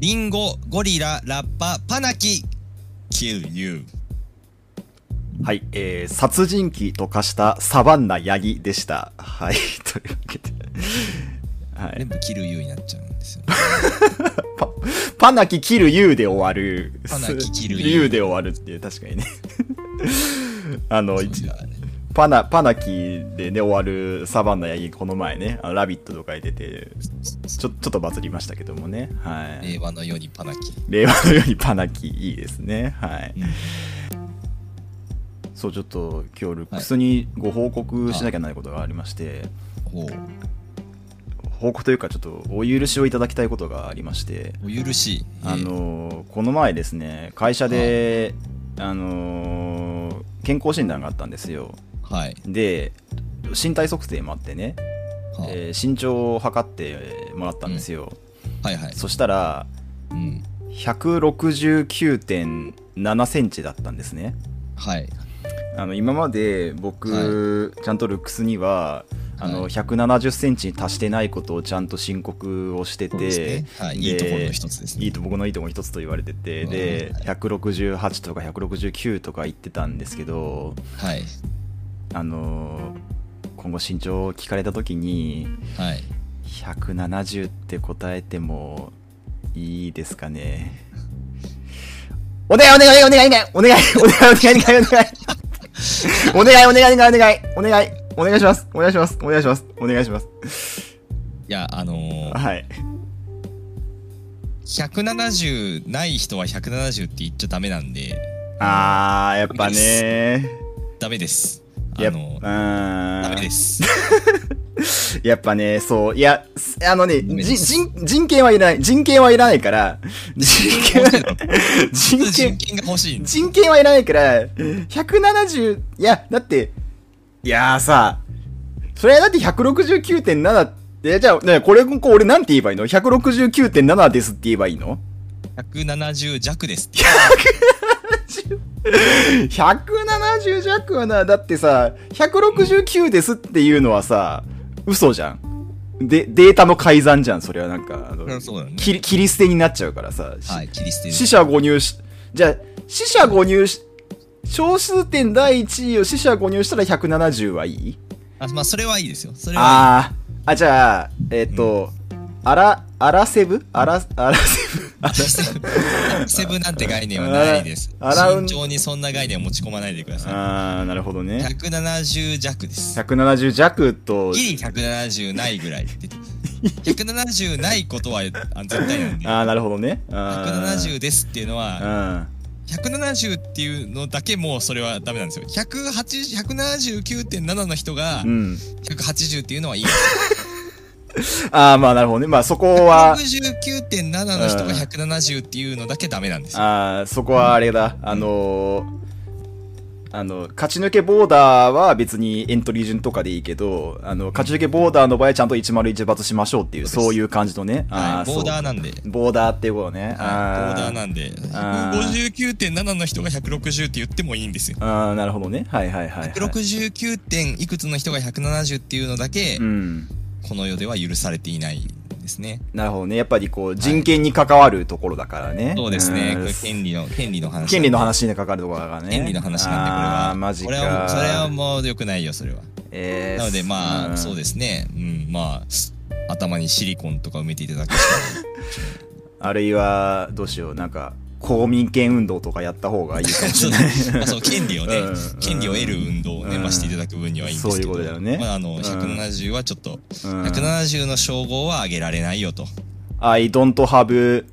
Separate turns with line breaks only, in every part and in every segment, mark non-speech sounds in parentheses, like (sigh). リンゴ、ゴリラ、ラッパ、パナキ、kill you。
はい、えー、殺人鬼と化したサバンナヤギでした。はい、 (laughs) というわけで。は
全
い、
部 kill you になっちゃうんですよ。
パナキキルユーで終わる。
パナキキルユー
ユーで終わるっていう、確かにね。 (laughs) あの、一
そうだね
パナ、パナキでね、終わるサバンナヤギ、この前ね、あのラビットとかに出て、ちょ、ちょっとバズりましたけどもね。はい。
(laughs) 令和のようにパナキ。
令和のようにパナキ、いいですね。はい。そう、ちょっと今日、ルックスにご報告しなきゃならないことがありまして、
おう
報告というか、ちょっとお許しをいただきたいことがありまして、
お許し。
あのこの前ですね、会社で、あの健康診断があったんですよ。
はい。
で、身体測定もあってね、
は
えー身長を測ってもらったんですよ、
はいはい。
そしたら
うん。
169.7センチだったんですね
はい。
あの今まで僕、ちゃんとルックスにはあの、
はい
170センチに達してないことをちゃんと申告をして
そうです
て
ね、はい
で
いいところの一つですね
いいと僕のいいところの一つと言われてて、で
うん
168とか169とか言ってたんですけど
はい。
あの今後身長を聞かれた時に
はい。
170って答えてもいいですかねお願いお願いお願いお願いお願いお願いお願いお願いお願いお願いお願いお願いお願いお願いしますお願いしますお願いしますお願いします
いや、あのー、
はい
170ない人は170って言っちゃダメなんで、
あーやっぱね
ダメです。あ
やっ
のー、ダメで
う
す。
んやっぱねそういやすあのね
ダメで
じ
す
人人権はいらない人権はいらないから人権は人
人
権
権が欲しいんです。
人権はいらないから、170、いや、だって、いやーさ、それはだって169.7って、じゃあ、ねこれ、こう俺なんて言えばいいの ?169.7 ですって言えばいいの
170弱ですって。
(laughs) ?170 弱はな、だってさ、169ですっていうのはさ、嘘じゃん。で、データの改ざんじゃん、それはなんか、あの
うんそうだね
切り切り捨てになっちゃうからさ、し
はい、切り捨てる。
死者誤入し、じゃあ、死者誤入し、小数点第1位を死者誤入したら170はいい
あまあ、それはいいですよ。それは
あー、あ、じゃあ、えっ、と、あら、あらセブあら、あらセブあら
(laughs) セブなんて概念はないです。
あらうん
慎重にそんな概念を持ち込まないでくださ
あー、なるほど
い。
ね。
170弱です。
170弱と、
ギリ170ないぐらいって。170ないことはあ絶対なんで。
あー、なるほどね。あー
170ですっていうの
う
は、
ん。
170っていうのだけもうそれはダメなんですよ。180 179.7の人が
うん。
180っていうのはいい。
あー、まあなるほどね。まあそこは、
69.7の人が170っていうのだけダメなんですよ。
あーそこはあれだ、あのーあの勝ち抜けボーダーは別にエントリー順とかでいいけどあの勝ち抜けボーダーの場合はちゃんと101罰しましょうっていう
そうです
そういう感じのね、
は
あ
い、ボーダー
な
なんで。
ボーダーっていうことね、
はい
あ
ボーダー
ー
なんで、
あー
59.7の人が160って言ってもいいんですよ。
あーなるほどねはいはいはい、はい、
169. 点いくつの人が170っていうのだけ、
うん
この世では許されていないんですね。
なるほどねやっぱりこう人権に関わるところだからね、
そうですね。
ん
これ権利の、権利の話。
権利の。話に関わるところだからね
権利の話なんで、これ
あー
は。
マジか
これは、それはもう良くないよ、それは。
えー
なので、ま
ん
あ、そうですね。うん、まあ、頭にシリコンとか埋めていただくしかない
あるいは、どうしよう、なんか、公民権運動とかやった方がいい (laughs) かもし
そう
れ
だ
ない。
ねまあそう権利をね
うん、
権利を得る運動をね、
うん
まあ、していただく分にはいいんですけど、
そういうことだよね
まあ、あ
う
の、
ん
170はちょっと、
うん
170の称号は上げられないよと。
I don't have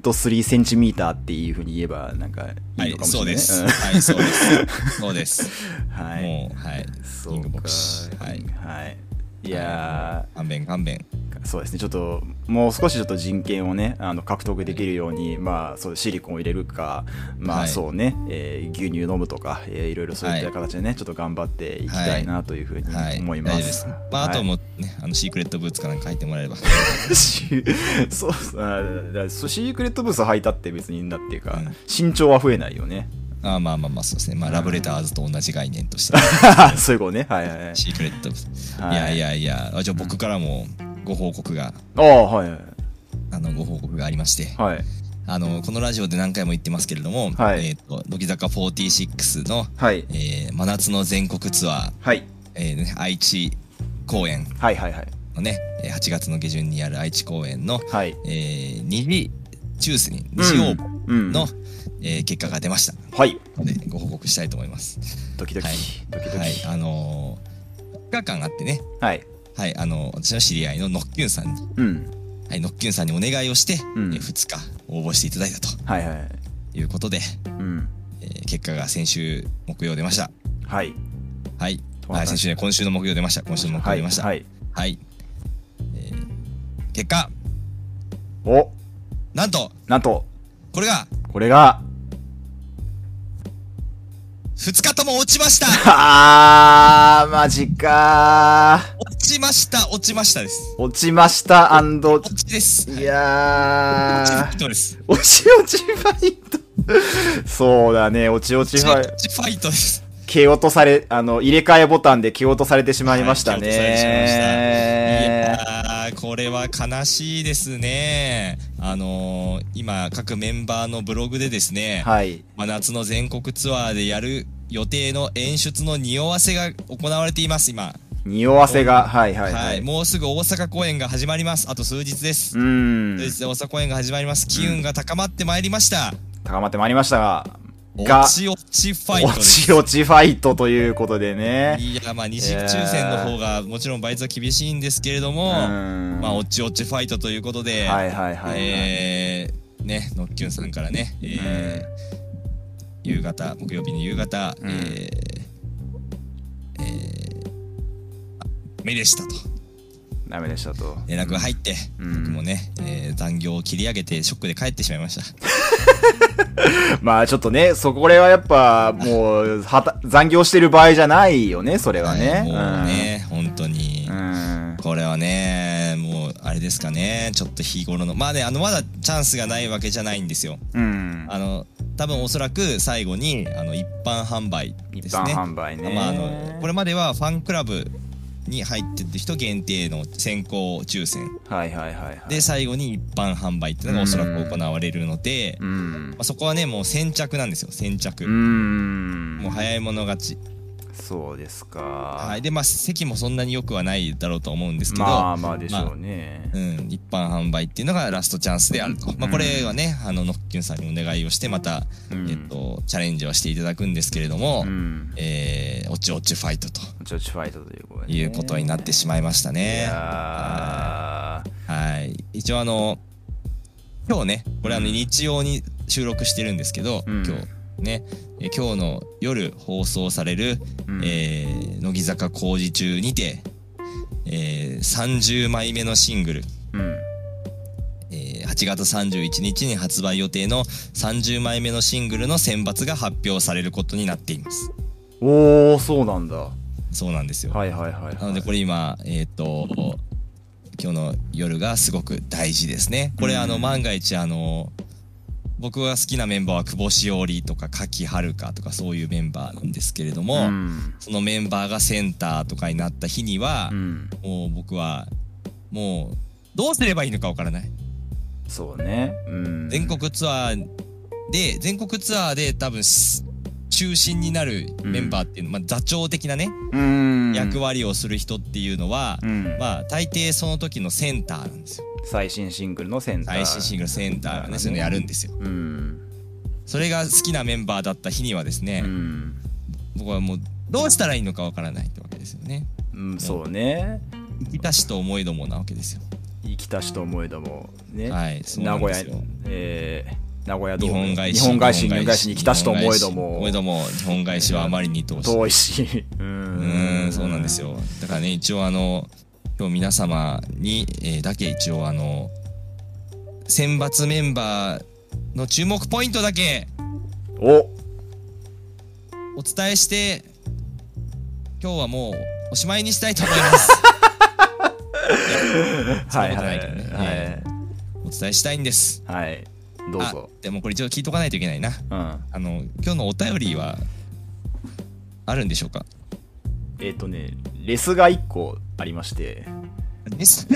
0.3cm っていうふうに言えば、なんか、
はい
いの
い、
かもし
そ
れ
う
ない。
です。
ん
はい、そう
(laughs)
です。そうです。
はい。
もう、はい。
そ
キング
う
ボ
か
クシ。ー。はい。
はい。いや
勘弁勘弁。
ー、そうですね、ちょっと、もう少しちょっと人権をね、あの獲得できるように、まあ、そうシリコンを入れるか、ま
は
あ、
い
そうね、えー牛乳飲むとか、えーいろいろそういった形でね、ちょっと頑張っていきたいなというふうに
はい。
思い
大
ま
丈夫ですす。。まあ、あ
はい
ともうね、あの、シークレットブーツかなんか入ってもらえれば。
し (laughs) そうあだそうシークレットブース履いたって別になんていうか、
うん
身長は増えないよね (laughs)
まあまあまあまあ、そうですね。まあ、ラブレターズと同じ概念として、
そういうことねはいはいはい
シークレットブーツ。い
はい
やいやいや、あじゃあ僕からもご報告が。
ああはいはい
あの、ご報告がありまして、
はい。
あの、このラジオで何回も言ってますけれども、
はい
えっ、と、乃木坂46の、
はい。
えー真夏の全国ツアー、
はい。
えーね、愛知公演
はいはいはい。
のね、えー8月の下旬にある愛知公演の、
はい。
えー、二次チュースに、二次応募
うん。
の、えー結果が出ました
はい。
ので、ご報告したいと思います。
ドキドキ。
はい
ドキド
はい
キ。、
あのー、2日間あってね、
はい。
はい、あの私の知り合いのノッキュンさんに、
うん。
はい、ノッキュンさんにお願いをして、
うん
えー2日応募していただいたと
はいはい。
いうことで、
うん。
えー結果が先週木曜出ました。
はい。
はい、
と
はい、先週ね、今週の木曜出ました。今週の木曜出ました。
は
はい。
い。
えー結果、
はいお
なんと、
なんと、
これが
これが、
2日とも落ちました
あー、マジか
落ちました落ちましたです。
ー。落ちました、アンド、
落ちです。
い
落ちフ
や
ァイ
ー、
トです。
落ち落ちファイト。そうだね、落ち落ちファイト
落。ちファイトです。
蹴落とされ、あの、入れ替えボタンで蹴落とされてしまいました
はい蹴落とされてしまいま
ね。
いやー、これは悲しいですね。あのー、今、各メンバーのブログでですね、
はい。
まあ、夏の全国ツアーでやる予定の演出の匂わせが行われています、今。
匂わせが、はいはい
は。
はいい。
もうすぐ大阪公演が始まります。あと数日です。
うー
数
ん。
日で大阪公演が始まります。機運が高まってまいりました。
高まってまいりましたが、が
落ち落ちファイト
落
です。
ち落ちファイトということでね。
いや、まあ、二次抽選の方がもちろん倍率は厳しいんですけれど
う
も、
ーん。
まあ、落ち落ちファイトということで、
はいはいはいはい。
えーね、のっきゅんさんからね、えー夕方、木曜日の夕方、
うん
えーえーあ目でしたと
ダメでしたと。
連絡が入って、
うん
僕もね、えー残業を切り上げてショックで帰ってしまいました。
まあちょっとね、そこれはやっぱもうはた、残業してる場合じゃないよね、それは
はい
ね。
もうね、本当に
う。ん。
これはね、もう、あれですかね、ちょっと日頃の、まあね、あの、まだチャンスがないわけじゃないんですよ。
うん。
あの、多分おそらく最後に、あの、一般販売で
一
す
般
ね。
販売ね。
まあ、あのこれまではファンクラブに入ってる人限定の先行抽選
はいはいはいはい。
で最後に一般販売っていうのがおそらく行われるので、
う
ま
ん。
あ、そこはねもう先着なんですよ先着、
うん。
もう早い者勝ち、
そうですか。
はい、でまあ席もそんなによくはないだろうと思うんですけど、
まあまあでしょうね。
うん、一般販売っていうのがラストチャンスであると、まあ、これはねあのノッキュンさんにお願いをしてまた、
うん
えっと、チャレンジはしていただくんですけれども、
うん。
えー、おちおちファイトと
ジョッジファイトということで、
いうことになってしまいました
い
ね。
やー
はい。一応あの、今日ね、これあの
うん
日曜に収録してるんですけど、
うん
今日ね、え今日の夜放送される、
うん
えー乃木坂工事中にて、えー30枚目のシングル、
うん。
えー8月31日に発売予定の30枚目のシングルの選抜が発表されることになっています。
おー、そうなんだ。は
そうなんですよ。
いはいはい、はい。
なのでこれ今、えーっ、と、今日の夜がすごく大事ですね。これあの、
うん
万が一あの、僕が好きなメンバーは久保しおりとか柿遥香とかそういうメンバーなんですけれども、
うん。
そのメンバーがセンターとかになった日には
う、ん。
もう僕は、もう、どうすればいいのかわからない。
そうね。うん。
全国ツアーで、全国ツアーで多分す、中心になるメンバーっていうの、まあ座長的なね、
うん。
役割をする人っていうのは、
うん。
まあ大抵その時のセンターなんですよ
最新シングルのセンター。
最新シングルセンターがねそういうのやるんですよ
うん。
それが好きなメンバーだった日にはですね、
うん。
僕はもうどうしたらいいのかわからないってわけですよね
うん、そうね。
生きたしと思いどもなわけですよ
生きたしと思えども、ね。
はいそうな
名
ん
古
で
屋
すよ、
えー、名古屋ドー
日
ム
本返し
日本返し、日本返しに来たしと思え
日本返
ど
し
も
思、えども日本返しはあまりに遠しい
遠いし。
(laughs) う
う
ーんそうなんです。よだからね一応あの今日皆様に、えーだけ一応あの選抜メンバーの注目ポイントだけ
お
お伝えして今日はもうおしまいにしたいと思います
(laughs)
そんないこと
はは
ないいけどねえお伝えしたいんです
はい。はい。どうぞ。
あでもこれ一応聞いとかないといけないな
うん。
あの今日のお便りはあるんでしょうか
えっ、とね、レスが1個ありまして、
です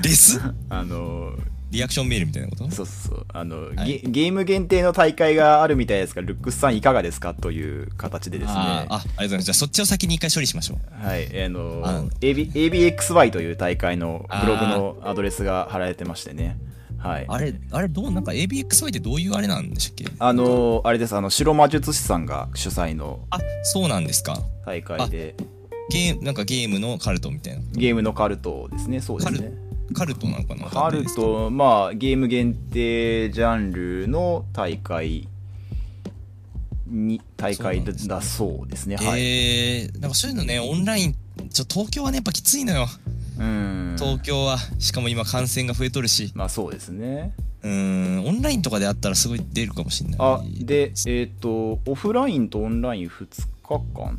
です
あのー
リアクションメールみたいなこと
そうそうそうあの、
はい
ゲゲーム限定の大会があるみたいですがルックスさんいかがですかという形でですね
あーあありがとうございますじゃあそっちを先に一回処理しましょう
はい、あの
あの
AB ABXY という大会のブログのアドレスが貼られてましてね。はい。
あれあれどうなんか ABXY ってどういうあれなんでしたっけ
あのあれです、あの、白魔術師さんが主催の
あそうなんですか
大会で、
ゲームなんかゲームのカルトみたいな
ゲームのカルトですね、そうですね。
カルトなのかなわか
カ
んない
ル
ですけど
ト、まあ、ゲーム限定ジャンルの大会に、大会だ
そうなんですね
だそうですね、はい。
えー、なんかそういうのねオンラインちょ東京はねやっぱきついのよ
うん。
東京はしかも今感染が増えとるし
まあ、そうですね。
うーんオンラインとかであったらすごい出るかもしれない
あ、で、えっ、と、オフラインとオンライン2日間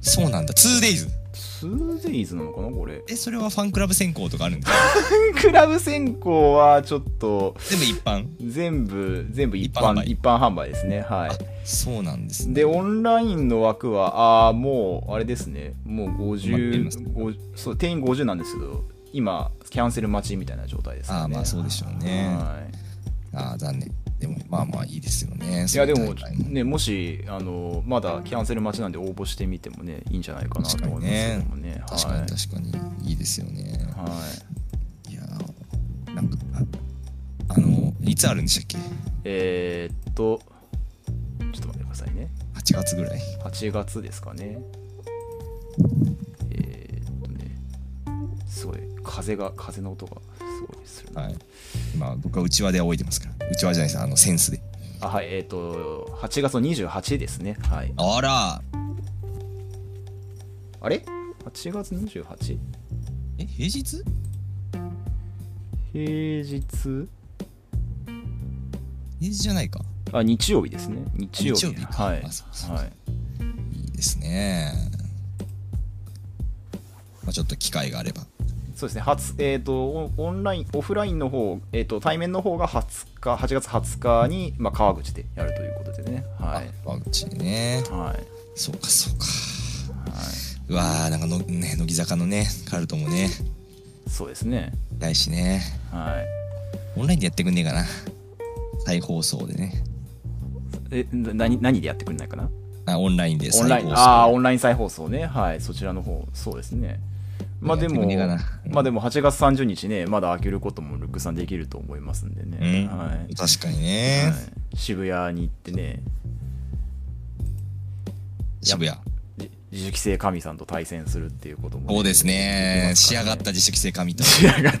そうなんだ 2days
ツーデイズなのかなこれ。
えそれはファンクラブ選考とかあるんです
クラブ選考はちょっと
か全部一般
全部、全部一
一般販
般、
売
一般販売ですね。は
あ
い。
そうなんですね
で、オンラインの枠は、ああ、もう、あれですね。もう
埋まってます
50、50そう、定員50なんですけど、今、キャンセル待ちみたいな状態ですね。
あーまあそうでしょうね
はい
ああ残念でもまあまあいいですよね
いや、で
そう
も
う大、会
ね、もし、あの、まだキャンセル待ちなんで応募してみてもね、いいんじゃないかなと思いますけどもね。
確かに確かにいいですよね
はい。はい
いやーなんかああのいつあるんでしたっけ
えーっと、ちょっと待ってくださいね。
8月ぐらい
8月ですかね。えーっとね、すごい、風が、風の音がすごいするな。
はい今僕はうちわで仰いでますからうちわじゃないですあのセンスで
あ、はい、えーっと、8月の28ですね。はい。
あら
あれ ?8 月 28?
え平日
平日
平日じゃないか
あ、日曜日ですね。日曜日。
日曜日か
はい。
あそうそうそう
はい。
いいですねまあちょっと機会があれば
そうですね、初えー、とオンオンライン、オフラインの方、えー、と対面の方が20日8月20日に、まあ、川口でやるということでね、はい。
あワクチンね
はい
そうかそうか
は
うわーなんかの、ね、乃木坂のねカルトもね
い、そうですね、
ないしね
はい、
オンラインでやってくんねえかな再放送でね
えな何何でやってくれないかな
あオンラインで再
オン
放
ラ
送
インああオンライン再放送ね、はい、そちらの方そうですね。まあで
やって
も、
くんねえかなうん
まあでも8月30日ね、まだ開けることもルックさんできると思いますんで
う
ね、
ん、
はい
確かに
は
ね、
い、渋谷に行ってね、
渋谷
じ自主規制神さんと対戦するっていうことも、
そうですね
できます
仕
から
上がった自主規制神と、
仕上がった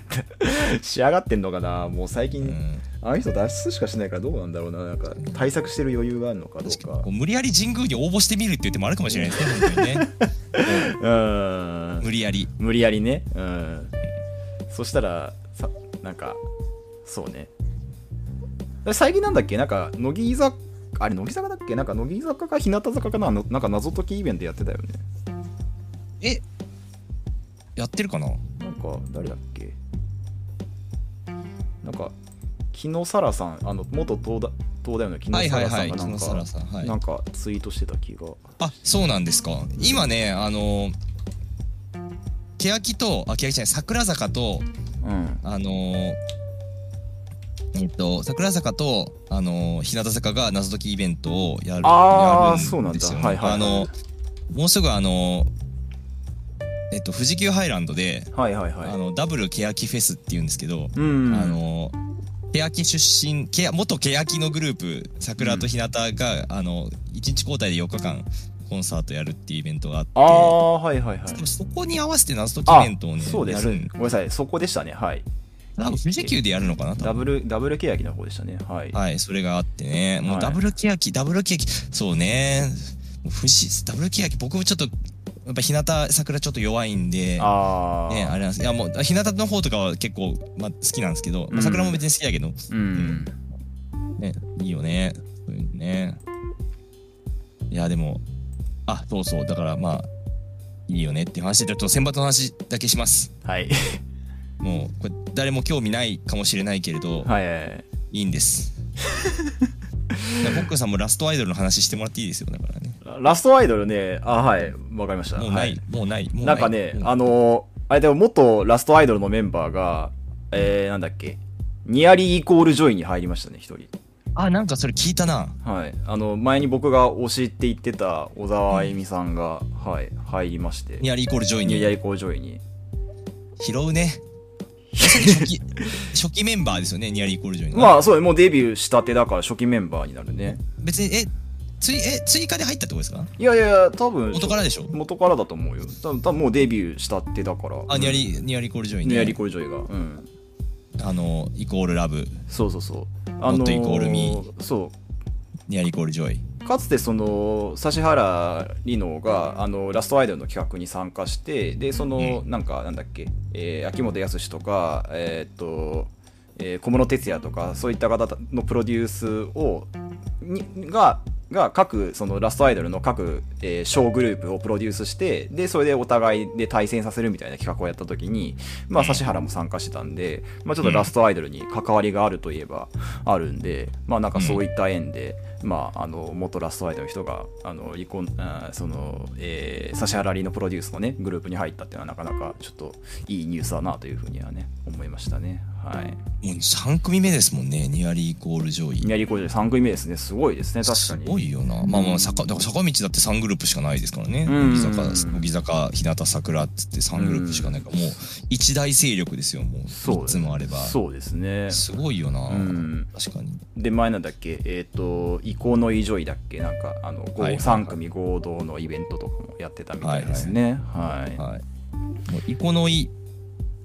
(laughs) 仕上がってんのかなもう最近、
うん、
あの人脱出しかしないからどうなんだろうななんか対策してる余裕があるのかど
確
う
かに
か
こう無理やり神宮に応募してみるって言ってもあるかもしれないで
(laughs)
すね本当にね
うーん
無理やり
無理やりねうんそしたらさなんかそうね最近なんだっけなんか乃木坂あれ乃木坂だっけなんか乃木坂か日向坂かなのなんか謎解きイベントやってたよね
えやってるかな
なんか誰だっけなんか木野沙羅さんあの元東大東大の木野
はい
沙
はい
羅さ
は
ん
い
がな
木
ん
野
か、
沙羅さんはい
なんかツイートしてた気が
あそうなんですか今ねあの欅とあ欅じゃない桜坂と
うん
あのえっと、桜坂と、あの日向坂が謎解きイベントをやる
あー
やる
そうなんだ
ですよね
はいはいはい
あのもうすぐあのえっと富士急ハイランドで、
はいはいは
あ
い
のダブルケヤキフェスっていうんですけど、
うん
あのケヤキ出身ケヤ元ケヤキのグループ桜と日向が、あの1日交代で4日間コンサートやるっていうイベントがあって
ああはいはいはい
でもそこに合わせて謎解き
あ
イベントをね
そうで
や
す
る
ご
ん
めんなさいそこでしたねはい
多分富士急でやるのかな多分
ダブルダブル欅の方でしたねはい、
はい、それがあってね、も
は
う
い
ダブルケヤキ、ダブルケヤキ、そうね、もう富士、ダブルケヤキ、僕もちょっと、やっぱ日向桜ちょっと弱いんで、
ああ、
ね、あれなんですいやもう日向の方とかは結構、まあ、好きなんですけど、まあ、桜も別に好きだけど、
うん
ね、いいよね、そういうのね。いや、でも、あ、そうそう、だからまあ、いいよねっていう話で、ちょっと選抜の話だけします。
はい (laughs)
もう、これ、誰も興味ないかもしれないけれど、
はいはいはい
いいんです。
(laughs)
だからホックさんもラストアイドルの話してもらっていいですよ、だからね。
ラストアイドルねあはいわかりました
もうな、
はいい
もうない、もう
ないんかね、
う
あのーあれでも元ラストアイドルのメンバーが、えー、なんだっけ、ニアリーイコールジョイに入りましたね、一人。
あ、なんかそれ聞いたな。
はい。あの、前に僕が推しって言ってた小沢あゆみさんが、はい、入りまして。
ニアリーイコールジョイ
ニア
に。
リーイコールジョイに。
拾うね。初期、 (laughs) 初期メンバーですよね、ニアリーイコールジョイの。
まあ、そう、もうデビューしたてだから初期メンバーになるね。
別に、え、つい、え、追加で入ったってことですか
いやいやいや、多分、
元からでしょ
元からだと思うよ。多分、多分もうデビューしたってだから。
あ、ニアリー、ニアリーイコールジョイ
ニ
ね。
アリーイコールジョイが。うん。
あの、イコールラブ、
そうそうそう。
Not equal me
そう。
ニアリーイコールジョイ。
かつてその指原莉乃があのラストアイドルの企画に参加してでそのなんかなんだっけ、えー秋元康とか、えーっとえー小室哲哉とかそういった方のプロデュースをにがが各そのラストアイドルの各、えー小グループをプロデュースしてでそれでお互いで対戦させるみたいな企画をやった時に、まあ、指原も参加してたんで、まあ、ちょっとラストアイドルに関わりがあるといえばあるんで、まあ、なんかそういった縁で、まあ、あの元ラストアイドルの人があの離婚あーその、えー、指原莉乃プロデュースの、ね、グループに入ったっていうのはなかなかちょっといいニュースだなというふうにはね思いましたね。はい、
もう3組目ですもんね、ニアリーイコールジョイ。
ニャリ工場3組目ですねすごいですね確かに。
すごいよな。まあまあ、坂、だから坂道だって3グループしかないですからね。
うん
乃木坂、乃木坂、日向桜っつって3グループしかないから、もう一大勢力ですよ、もう。
そう
3つもあれば。
そうですね。
すごいよな。
うん
確かに。
で前なんだっけえっ、と「イコのイジョイ」だっけなんかあの、
はいはい
3組合同のイベントとかもやってたみたいですねはい、
はい。もう、イコノイ、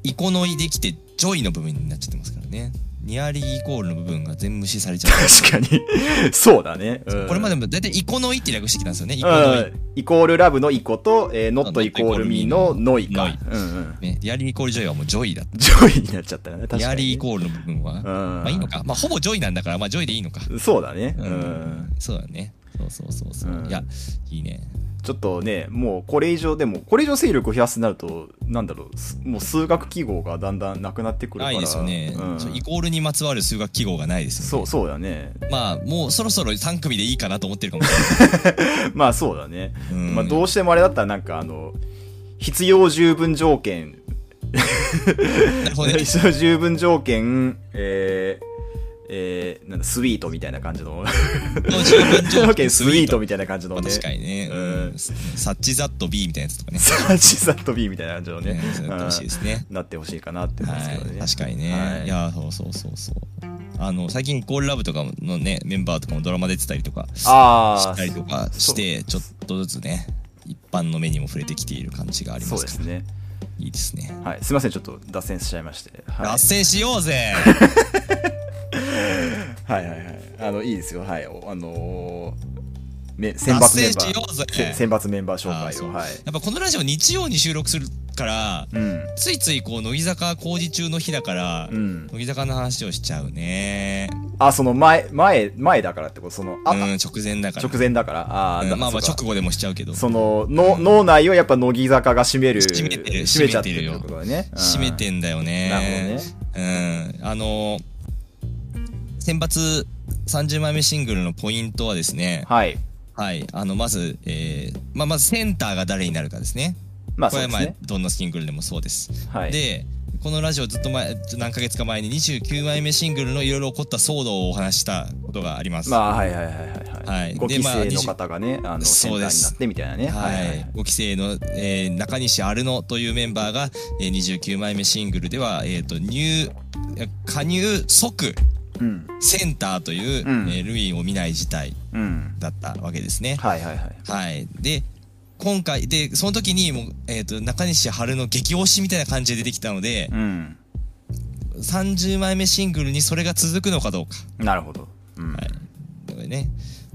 イコノイできて、ジョイの部分になっちゃってますからね。ニアリーイコールの部分が全無視されちゃう。
確かに (laughs) そうだね、うん
これまでも大体イコノイって略してきたんですよね。イコ
う
ノイ。
んイコールラブのイコと、えー、ノットイコールミーのノイか
ノイ
うんうん
ね、ニアリーイコールジョイはもうジョイだった。
ジョイになっちゃったよね確かに
ニアリーイコールの部分は。まあいいのか。まあほぼジョイなんだから、まあジョイでいいのか。
うんそうだね
う
うん
ん、そうだね。そうそうそうそう。
うん
いや、いいね。
ちょっとね、もうこれ以上でも、これ以上勢力を増やすとなると、なんだろう、すもう数学記号がだんだんなくなってくるから。
ないですよね、
うん
そうイコールにまつわる数学記号がないですよ
そ
ね。
う、そうだね。 (laughs)
まあ、もうそろそろ3組でいいかなと思ってるかもしれ
まあそうだね。
ない。うん
まあどうしてもあれだったら、なんかあの、必要十分条件、 (laughs)
なるほどね。
必要十分条件、えー、えー、なんだ、スイートみたいな感じの、条件スイートみたいな感じの
まあ
ね。
確かにね。う
うん
ん。サッチザット B みたいなやつとかね。
サーチサット B みたいな感じのね。
ねそうやってほしいですね
うんなってほしいかなって思うんです
は
け
い
どね。
確かにね。
はい
い、や、そうそうそうそう。あの、最近イコールラブとかのね、メンバーとかもドラマ出てたりとか
あ
し
あ、
たりとかして、ちょっとずつね、一般の目にも触れてきている感じがありま
そう
す
で
か
す
ら。
ね。
いいですね。
はい、すみません、ちょっと脱線しちゃいまして。は
脱
い、
線しよう
(laughs)
ぜ
はい、はいはい。あの、いいですよ。はい、おあのー、め選抜
脱線
メンバ
しようぜ
ー。せ選抜メンバー紹
あー
介
そう
を。はい。
やっぱこのラジオ日曜に収録するから、
うん。
ついついこう、乃木坂工事中の日だから、
うん。
乃木坂の話をしちゃうね。
あ、その前、前、前だからってこと、その、
う
あ、
ん、直前だから。
直前だから。ああ、
うん
だ
まあまあ、
そうか
直後でもしちゃうけど。
そのの、脳内をやっぱ乃木坂が占める。
占めてる
占めちゃって
占めてる
る
よ
ってことだね。うん
締めてんだよね。
なるほ
うん。あの選抜30枚目シングルのポイントはですね、
はい。
はい。あの、まず、えー、まあ、まずセンターが誰になるかですね。
まあ
こ
そう
れは
です
まあ
ね。、
どんなシングルでもそうです。
はい。
で、このラジオずっと前、何ヶ月か前に29枚目シングルのいろいろ起こった騒動をお話ししたことがあります。
まあ、はいはいはいはい。は、
はいい
ご
で
期
まあ
生の方がね、あの、セ
そ
ンタ
う
ー
です
になってみたいなね。
はい、5期生の、えー中西アルノというメンバーが、えー29枚目シングルでは、えー、と入え加入即
うん。
センターという、
うん
えー類を見ない事態
うん。
だったわけですね。
はいはいはい。
はい、で今回でその時にもう、えー、と中西春の激推しみたいな感じで出てきたので、
うん。
30枚目シングルにそれが続くのかどうか。
なるほど。うん。
はい、だからね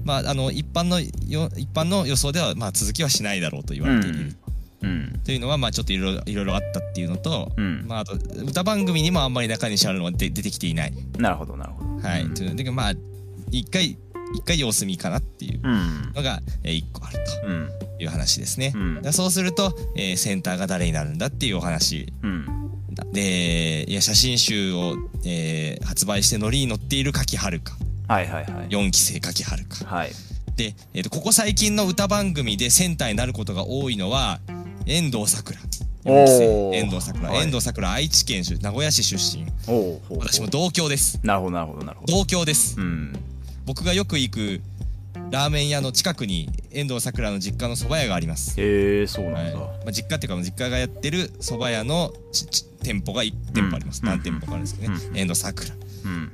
まあ、あの一般のよ一般の予想では、まあ、続きはしないだろうと言われている、
うん。
というのは、まあ、ちょっといろいろいろいろあったっていうのと、
うん
まあ、あと歌番組にもあんまり中西あるのはで出てきていない。
なるほど、なるほど。
はい。
うん
というので、まあ、一回、一回様子見かなっていう
うん。
のが、えー一個ある
うん。
という話ですね。
うん
だからそうすると、えーセンターが誰になるんだっていうお話。
うん。
で、いや写真集を、えー発売して乗りに乗っている柿春か。
はいはいはい。
4期生柿春か。
はい。
で、えーと、ここ最近の歌番組でセンターになることが多いのは、遠藤さくら。 4期
おー
生遠藤さくら、
はい
遠藤さくら愛知県出名古屋市出身
おおほうほう
私も同郷です
なるほどなるほどなるほど
同郷です
うん
僕がよく行くラーメン屋の近くに遠藤さくらの実家の蕎麦屋があります
へえそうな
はい
んだ、
まあ、実家っていうか実家がやってる蕎麦屋のちち店舗が1店舗あります、
うん
何店舗かあるんですけどね、
うん
遠藤さくらこ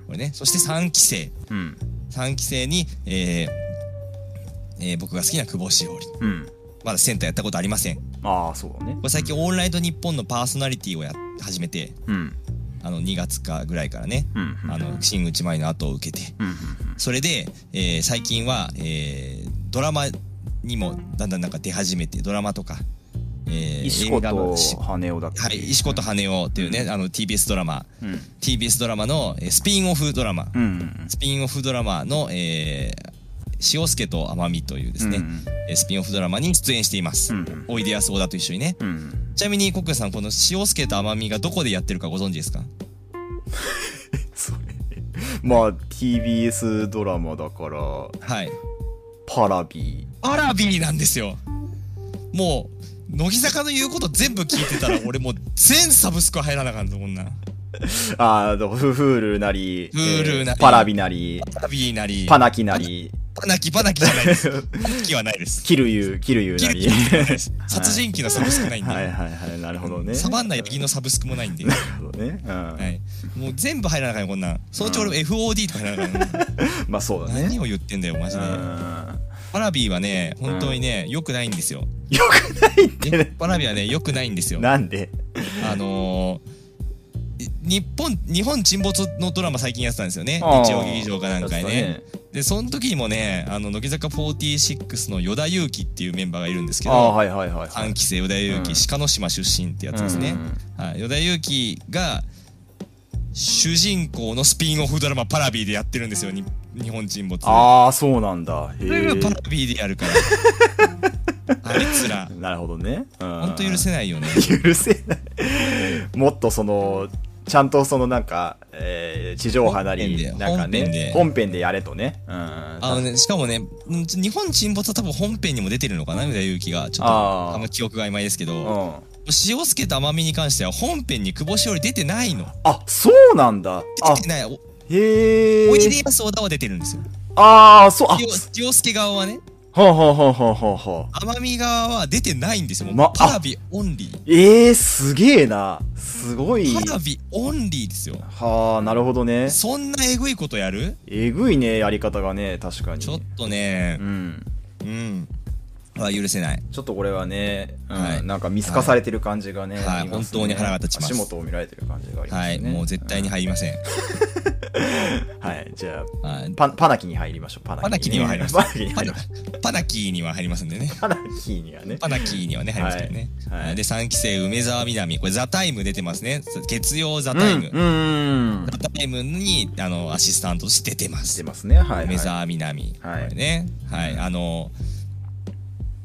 う
れ
ん
ねそして3期生
うん
3期生に、えーえー僕が好きな久保しおり
うん
まだセンターやったことありませんこ
ああそうだね
れ最近「オールナイトニッポン」のパーソナリティをやっ始めて
うん
あの2月かぐらいからね、
うんうん
あの新内舞の後を受けて
うんうん
それで、えー最近は、えードラマにもだんだんなんか出始めてドラマとか、えー
石
映
子
画の
と
し
羽男だっけ
はい、石子と羽男っていうね、あの TBS ドラマ
うん
TBS ドラマの、えースピンオフドラマ、
うんうん
スピンオフドラマの、えー、塩助と天海というですね、
うん
えースピンオフドラマに出演しています、
うん
おいでやす小田と一緒にね
うん
ちなみにコックさんこの塩助と天海がどこでやってるかご存知ですか
それまあ TBS ドラマだから
はい
パラビ
アラビーなんですよもう乃木坂の言うこと全部聞いて
(laughs)
たら俺もう全サブスク入らなあかんぞこんなん
ああフフールなり
フールなり
えーパラビなり
アラビーなり
パナキなり
パナキパナキじゃないですパナキはないです
キルユキルユ
キ
な
ル
り
キルキルはないです (laughs)
(laughs)
殺人鬼のサブスクないんで、
はいはいはいなるほどね
サバンナヤギのサブスクもないん (laughs) で、
なるほどねうん
はい、もう全部入らなあかんよこんなんそのうち俺 FOD とか入らなあ (laughs) かんよ
まあそうだね
何を言ってんだよマジ
う
で
ん
パラビーはね本当にね良くないんですよ
よくないって
パラビーは (laughs) ね良くないんですよ
なんで
あのーい日本日本沈没のドラマ最近やってたんですよね
あ
(laughs)
ー
日曜劇場かなんかにねでその時にもねあの乃木坂46の依田祐希っていうメンバーがいるんですけ
ああ
ど
はいはいはい
3期生依田祐
うん
希鹿の島出身ってやつですね、はい、依田祐希が主人公のスピンオフドラマ「パラビー」でやってるんですよに日本沈没
ああそうなんだへ
それ
え
がパラビーでやるから
(laughs)
あいつら
なるほどね
ほ
本
んと許せないよね
許せないもっとそのちゃんとそのなんか、えー地上波な
本編
り
で
なんか
本編
ね
で
本編でやれとねうん
あのね、しかもね、ん日本沈没は多分本編にも出てるのかな、宇田祐希が。ちょっと、
あー
あんま記憶が曖昧ですけ
う
ど、
ん、
塩助と甘みに関しては本編に久保しおり出てないの。
あそうなんだあ
出てない。お
へえ
おいでやす小田は出てるんですよ。
ああそうあ
塩塩助側はね、
ほうほうほうほうほうほう
甘み側は出てないんですよ。もう
まあ
パラビオンリー。
えー、すげえなすごい
パラビオンリーですよ。
はあなるほどね
そんなえぐいことやる
えぐいねやり方がね確かに
ちょっとね
う、ん
うん。は許せない。
ちょっとこれはね、うん
はい
なんか見透かされてる感じがね、
はい
ありますね
本当に腹が立ちます
足元を見られてる感じがありま
は
す
い、
ね。
もう絶対に入りません。
うんはい、じゃ
はい
あ、パパナキに入りましょう、パ
パナ
ナ
キ
キ
には入ります。
パナキに入ります。
パナキーには入りますんでね。
パナキにはね。
パナキーにはね、入りますけどね。
はいはい
で、3期生、梅沢みなみ。これ、ザ・タイム出てますね。月曜ザ・
うん、う
タイム。
ん。
ザ・タイムに、あの、アシスタントとして出てま
し
す
て。ますね、はい、はい。
梅沢みなみ。
はい
これね。はい。あの、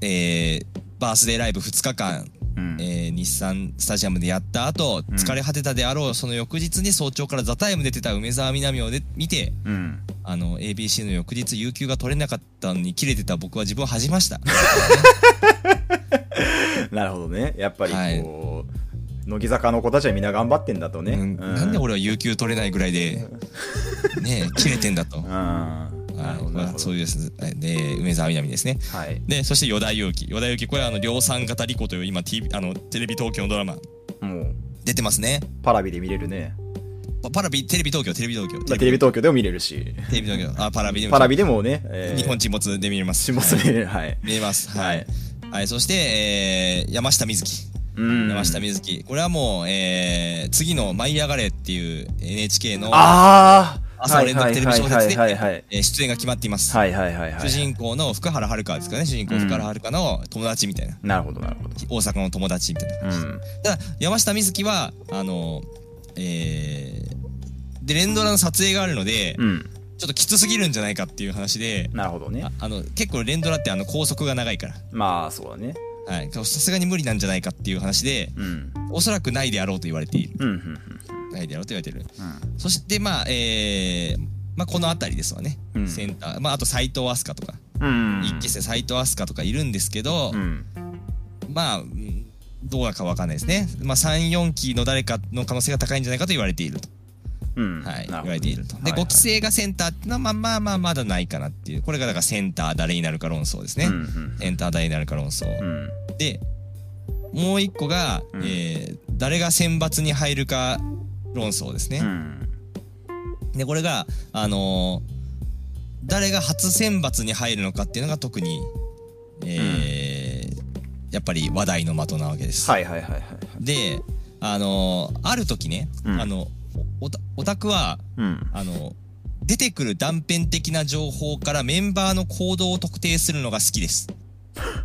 えーバースデーライブ2日間、
うん
えー日産スタジアムでやった後、
ん
疲れ果てたであろう、その翌日に早朝からザ・タイム出てた梅沢みなみをで見て、
うん。
あの、ABC の翌日、有給が取れなかったのに切れてた僕は自分を恥じま
(laughs)
した。
なるほどね。やっぱりこう、乃木坂の子たちはみんな頑張ってんだとね。
うんなんで俺は有給取れないぐらいで、ねえ、切れてんだと。
うん。
は
(laughs) なるほ
い
ど、なる
まあ、
ほ
そ
ど
う。いうです。で、梅沢みなみですね。
はい。
で、そして、依田祐希。依田祐希、これはあの、量産型リコという、今、T、あの、テレビ東京のドラマ、
もう、
出てますね。
パラビで見れるね。
パパラビ、テレビ東京、テレビ東京。
テレビ東京でも見れるし、
テレビ東京。あ、パラビ
(laughs)
でも
パラビでもね、えー
日本沈没で見れます。
沈没
はい
見れる。はい。
見れます。は
はい
い。はい、そして、えー山下美月。
うん
山下美月。これはもう、えー次の舞い上がれっていう NHK の、
ああ
朝連続テレビ小説で
はいはい
えー出演が決まっています。
はいはいはいはいはい
主人公の福原遥ですかね主人公
うん
福原遥の友達みたいな、
なるほどなるほど
大阪の友達みたいな
う
感じ、
ん
ただ山下美月はあのえー、で連ドラの撮影があるので、
うん
ちょっときつすぎるんじゃないかっていう話で、
なるほどね
ああの結構連ドラってあの拘束が長いから
まあそうだね
はいさすがに無理なんじゃないかっていう話で
うん
おそらくないであろうと言われている
うんうんうん
ないであろうと言われているそしてまあえーまあ、この辺りですわね、
うん
センター、まあ、あと斎藤飛鳥とか、
うんうん
一期生斎藤飛鳥とかいるんですけど、
うん
まあ、うんどうだかわかんないですね。まあ、3、4期の誰かの可能性が高いんじゃないかと言われていると。
うん。
はい、言
なるほ
わ
ど
れていると。で、
はい
5期生がセンターってのは、まあまあまあ、まだないかなっていう。これがだからセンター誰になるか論争ですね。
うんうん
センター誰になるか論争。
うん。
で、もう一個が、
うん
えー誰が選抜に入るか論争です
う
ね。
ん。
で、これが、あのー誰が初選抜に入るのかっていうのが特に、えーやっぱり話題の的なわけです。
はいはいはいはい。
で、あのーある時ね、
うん
あの、おたオタクは、
うん。
あの、出てくる断片的な情報からメンバーの行動を特定するのが好きです。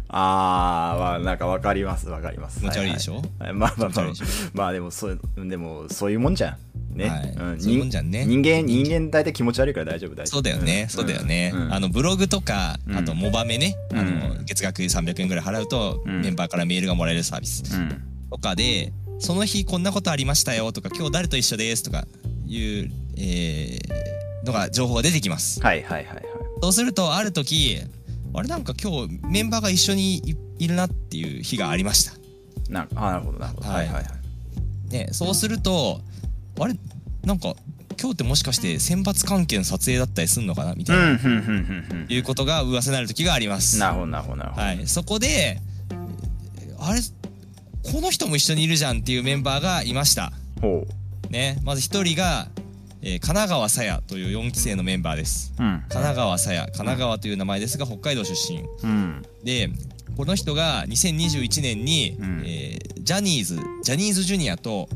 あー、まあ、なんかわかりますわかります。
気持ち悪いでし
ょ
ょ、
まあまあま
気持
あ
ち悪いでしょ、
まあでもそういう、でもそういうもんじゃん。ね。
はい
うん
そういうもんじゃんね
人間、人間大体気持ち悪いから大丈夫大丈夫。
そうだよね、そうだよね。あ
の、
の、ブログとか、
うん
あと、モバメね、
うん
あの、月額300円ぐらい払うと、
うん
メンバーからメールがもらえるサービス
うん。
とかで、その日こんなことありましたよとか、今日誰と一緒ですとかいう、えー、のが、情報が出てきます。
はいはいはいはい。
そうすると、ある時、あれなんか今日メンバーが一緒にいいるなっていう日がありました。
なんか、あーなるほどなるほど。は
はいい
はいはい。
ね、そうすると、あれなんか今日ってもしかして選抜関係の撮影だったりするのかなみ
う
たい
ん
な、、
うん、うん、うん、
いうことが噂になる時がありま
うん。
す。
なるほどなるほどなるほど。
はい、そこであれこの人も一緒にいるじゃんっていうメンバーがいました。
ほ
ね、まず一人が、えー神奈川さやという4期生のメンバーです。
う。うん。
神奈川さや神奈川という名前ですが北海道出身
うん。
でこの人が2021年に、
うん
えージャニーズジャニーズジュニアと、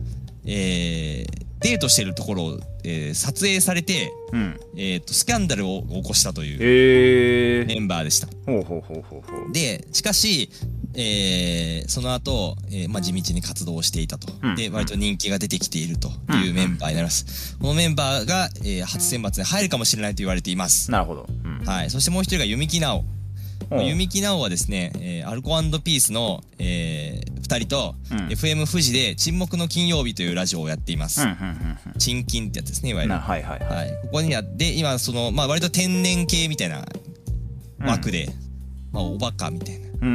えーデートしてるところを、えー撮影されて、
うん。
えーとスキャンダルを起こしたという
えー。
メンバーでした
ほうほうほうほうほう。
でしかし、えーその後、えーまあ地道に活動をしていたと、
うん
で割と人気が出てきていると
う
いうんメンバーになります、このメンバーが、えー初選抜に入るかもしれないと言われています、
なるほど。うん。
はい、そしてもう一人が弓木直
ほう
弓木奈緒はですね、えーアルコピースの、え2人と、
うん
FM 富士で「沈黙の金曜日」というラジオをやっていま
う
す。
んうんうん
沈金ってやつですねいわ
うん。
ゆる。は
なはいはいはい。
い、ここにあって今その、まあ、割と天然系みたいな枠で、まあ、おバカみたいな
うー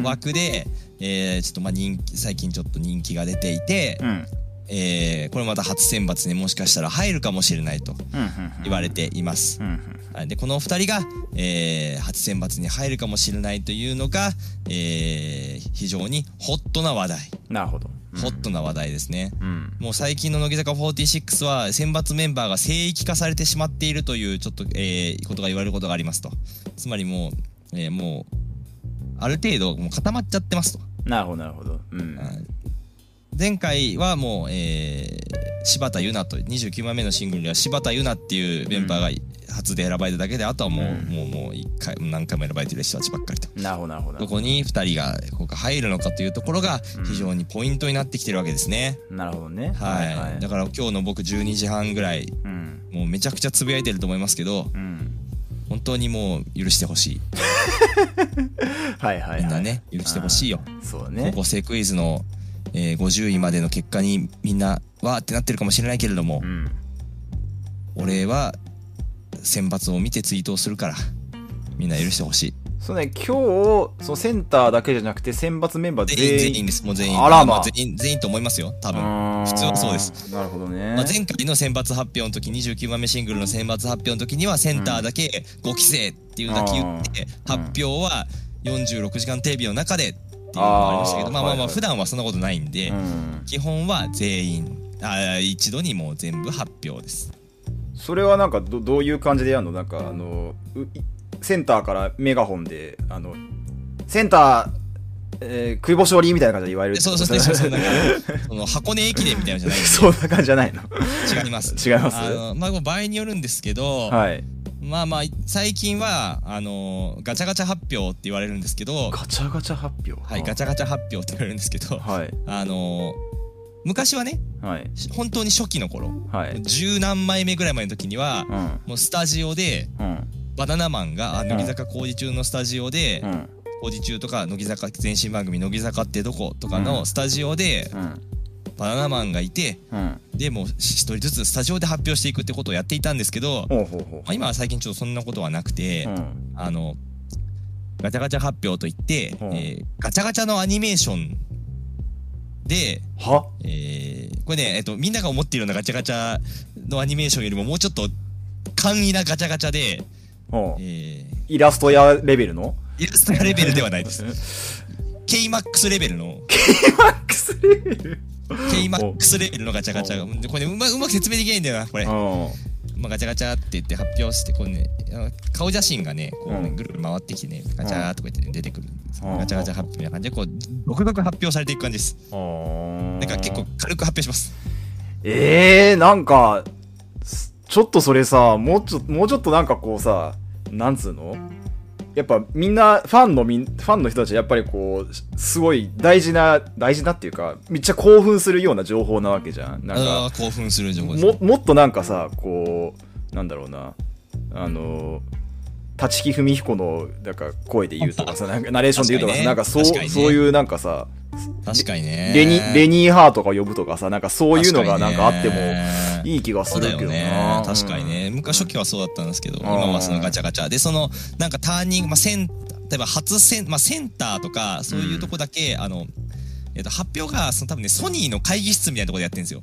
ん。
枠で、えーちょっとまあ人気最近ちょっと人気が出ていて、
うん。うん
えーこれまた初選抜にもしかしたら入るかもしれないと
うんうん。
言われています。
うんうん。
はいでこの2人が、えー初選抜に入るかもしれないというのが、えー非常にホットな話題、
なるほど。うん
ホットな話題ですね。
うん。
もう最近の乃木坂46は選抜メンバーが聖域化されてしまっているというちょっと、えーことが言われることがありますとつまりもう、えーもうある程度もう固まっちゃってますと、
なるほどなるほど。うん。
はい前回はもう、えー柴田優奈と29枚目のシングルでは柴田優奈っていうメンバーが初で選ばれただけであとはもう,、
うん
もうもう一回何回も選ばれてる人たちばっかりと。
なるほどなるほど。
どこに2人が今回入るのかというところが
うん
非常にポイントになってきてるわけですね。
なるほどね。
はい、だ
か
から今日の僕12時半ぐらい
ら。うん。
もうめちゃくちゃつぶやいてると思いますけど
うん。
本当にもう許してほしい
はいはいはい。
みんなね許してほしいよ
あー。そうだ
高
ね。
校生クイズの、えー50位までの結果にみんなわーってなってるかもしれないけれども
うん。
俺は選抜を見てツイートをするからみんな許してほしい
そうね、今日、そのセンターだけじゃなくて、選抜メンバー
全員全
全
員
員。
ですもう全員
あらまあ
あ全員全員と思いますよ多分
あー
普通はそうです。
なるほどね。
まあ、前回の選抜発表の時29番目シングルの選抜発表の時にはセンターだけ5期生っていうだけ言って
うん
発表は46時間テレビの中でっていうのもありましたけ
あ
ど
ー
まあまあ
はい
ま
は
あ
い
普段はそんなことないんで
うん。
基本は全員あー一度にもう全部発表です
それはなんかどどういう感じでやるのなんかあのういセンターからメガホンであのセンター、えー、食いぼし折りみたいな感じで言われるって
そ
こ
う
と
そうそうそうそうなんかその箱根駅伝みたいなのじゃないん
(laughs) そんな感じじゃないの
で違います
違います
あのまあこれ場合によるんですけど、 (laughs)
はい
まあまあ最近はあのガチャガチャ発表って言われるんですけど
ガチャガチャ発表
はいガチャガチャ発表って言われるんですけど
はい
あのー昔はね
はい
し本当に初期の頃
はい
十何枚目ぐらいまでの時には
うん
もうスタジオで
うん
バナナマンがあ
ん
乃木坂工事中のスタジオで
うん
工事中とか乃木坂前身番組「乃木坂ってどこ?」とか
うん
のスタジオで
うん
バナナマンがいて
うん
でもう一人ずつスタジオで発表していくってことをやっていたんですけど、ま
ほうほうほ
あ、今は最近ちょっとそんなことはなくて
ううん
あのガチャガチャ発表といって、
うん
えーガチャガチャのアニメーションで、
は
えーこれね、えっと、みんなが思っているようなガチャガチャのアニメーションよりももうちょっと簡易なガチャガチャで、
うん
えー
イラストやレベルの
イラストレベルではないです。K-MAX レベルの、
マックスレベル
K-MAX レベルのガチャガチャが、これね、うまうまく説明できないんだよな、これ。
うん。
まあ、ガチャガチャって言って発表してこう、ね、あの顔写真がねこうね
うん
ぐるぐる回ってきてねガチャーとか言って、ね、出てくるんです
うん
ガチャガチャ発表みたいな感じでこう独々発表されていく感じです
な
なんか結構軽く発表します
えー、なんか、すちょっとそれさ、もうちょもうちょっとなんかこうさ、なんつうのやっぱみんな、ファンのみん、ファンの人たちはやっぱりこう、しすごい大事な、大事なっていうか、めっちゃ興奮するような情報なわけじゃん。なん
あ
か、
ー興奮する情報です
も、もっとなんかさ、こう、なんだろうな、あの、立木文彦の、なんか声で言うと
(laughs)
かさ、なんかナレーションで言うとかさ、なんか
確か
そう、
にね確かにね
そういうなんかさ、
確かにね
レニ、レニーハーとか呼ぶとかさ、なんかそういうのがなんかあっても、
い
いい気がす
そう
る
だ
け
よ
ど
ね
な。
確かにね
うん
昔初期はそうだったんですけど
ん
今はそのガチャガチャでそのなんかターニング、まあ、セン例えば初セン,、まあ、センターとかそういうとこだけ、あのえっと発表がその多分ねソニーの会議室みたいなところでやってるんですよ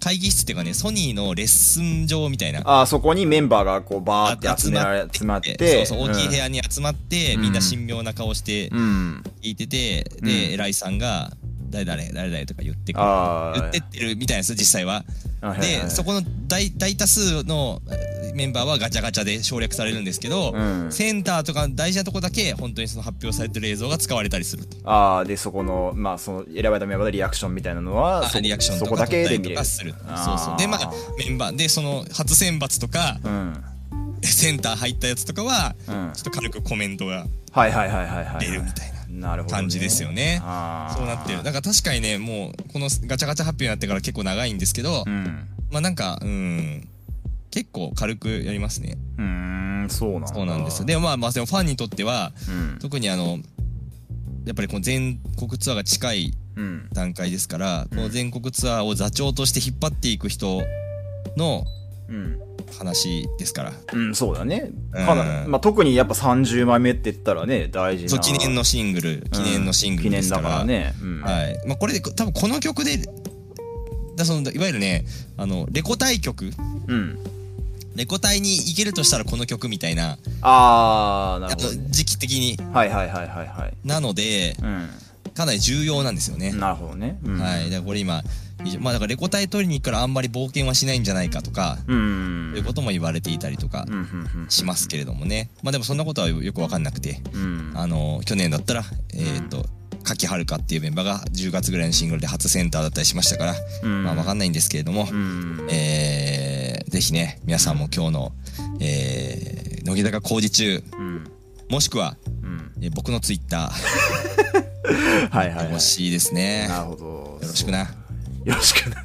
会議室っていうかねソニーのレッスン場みたいな
あーそこにメンバーがこうバー
あ
って集められ集まって
そうそう大きい部屋に集まって、
うん
みんな神妙な顔して
うん、うん
聞いてて、
うん
で偉いさんが「誰誰誰誰」とか言ってくる
あー
言ってってるみたいなんですよ実際は
あはいはいは
で
い
そこの大大多数のえーメンバーはガチャガチャで省略されるんですけど、
うん
センターとか大事なとこだけ本当にその発表されてる映像が使われたりすると
あーでそこのまあその選ばれたメンバーのリアクションみたいなのは
あ
そ
リアクション
そ
と
こ
か
だ
撮っ
け
た
で
り
見
と
れ
か
る
するそうそうでまあ
あー
メンバーでその初選抜とか
うん
センター入ったやつとかは
うん
ちょっと軽くコメントが
はいはいはいはいはい
出るみたいな
なるほど、ね、
感じですよね
あー
そうなってるだから確かにねもうこのガチャガチャ発表になってから結構長いんですけど、
うん
まあなんかうん結構軽くやりますね
うーんそうなんだ
そうなんですよでもまあまあでもファンにとっては
うん
特にあのやっぱりこの全国ツアーが近い
うん
段階ですから、
うん
この全国ツアーを座長として引っ張っていく人の
うん
話ですから
うん、そうだね、
うん
かなまあ、特にやっぱ30枚目って言ったらね大事な
そう記念のシングル記念のシングル
記
で
念
す
だ
か,、
かららね、うん
はいまあ、これで多分この曲でだそのいわゆるねあのレコ大曲
うん、
レコ大に行けるとしたらこの曲みたいな
ああな
あ
るほ
と
ど、ね、
時期的に
はいはいはいはいはい
なので
う
かなり重要なんですよね
ん、、なるほどね、うん、
はいだからこれ今非常まあだからレコ大取りに行くからあんまり冒険はしないんじゃないかとか、
うんうん
ということも言われていたりとか
うんうんうん
しますけれどもねまあでもそんなことはよく分かんなくて
うん
あの去年だったらえーっと柿遥香っていうメンバーが10月ぐらいのシングルで初センターだったりしましたから、
うん
まあ分かんないんですけれども、
うん
えーぜひね皆さんも今日の、えー乃木坂工事中
うん
もしくは、
うん
えー僕のツイッタ
はいは
ー
いは
欲しいですね
い、なるほどよ
よろしくなよ
よろしくな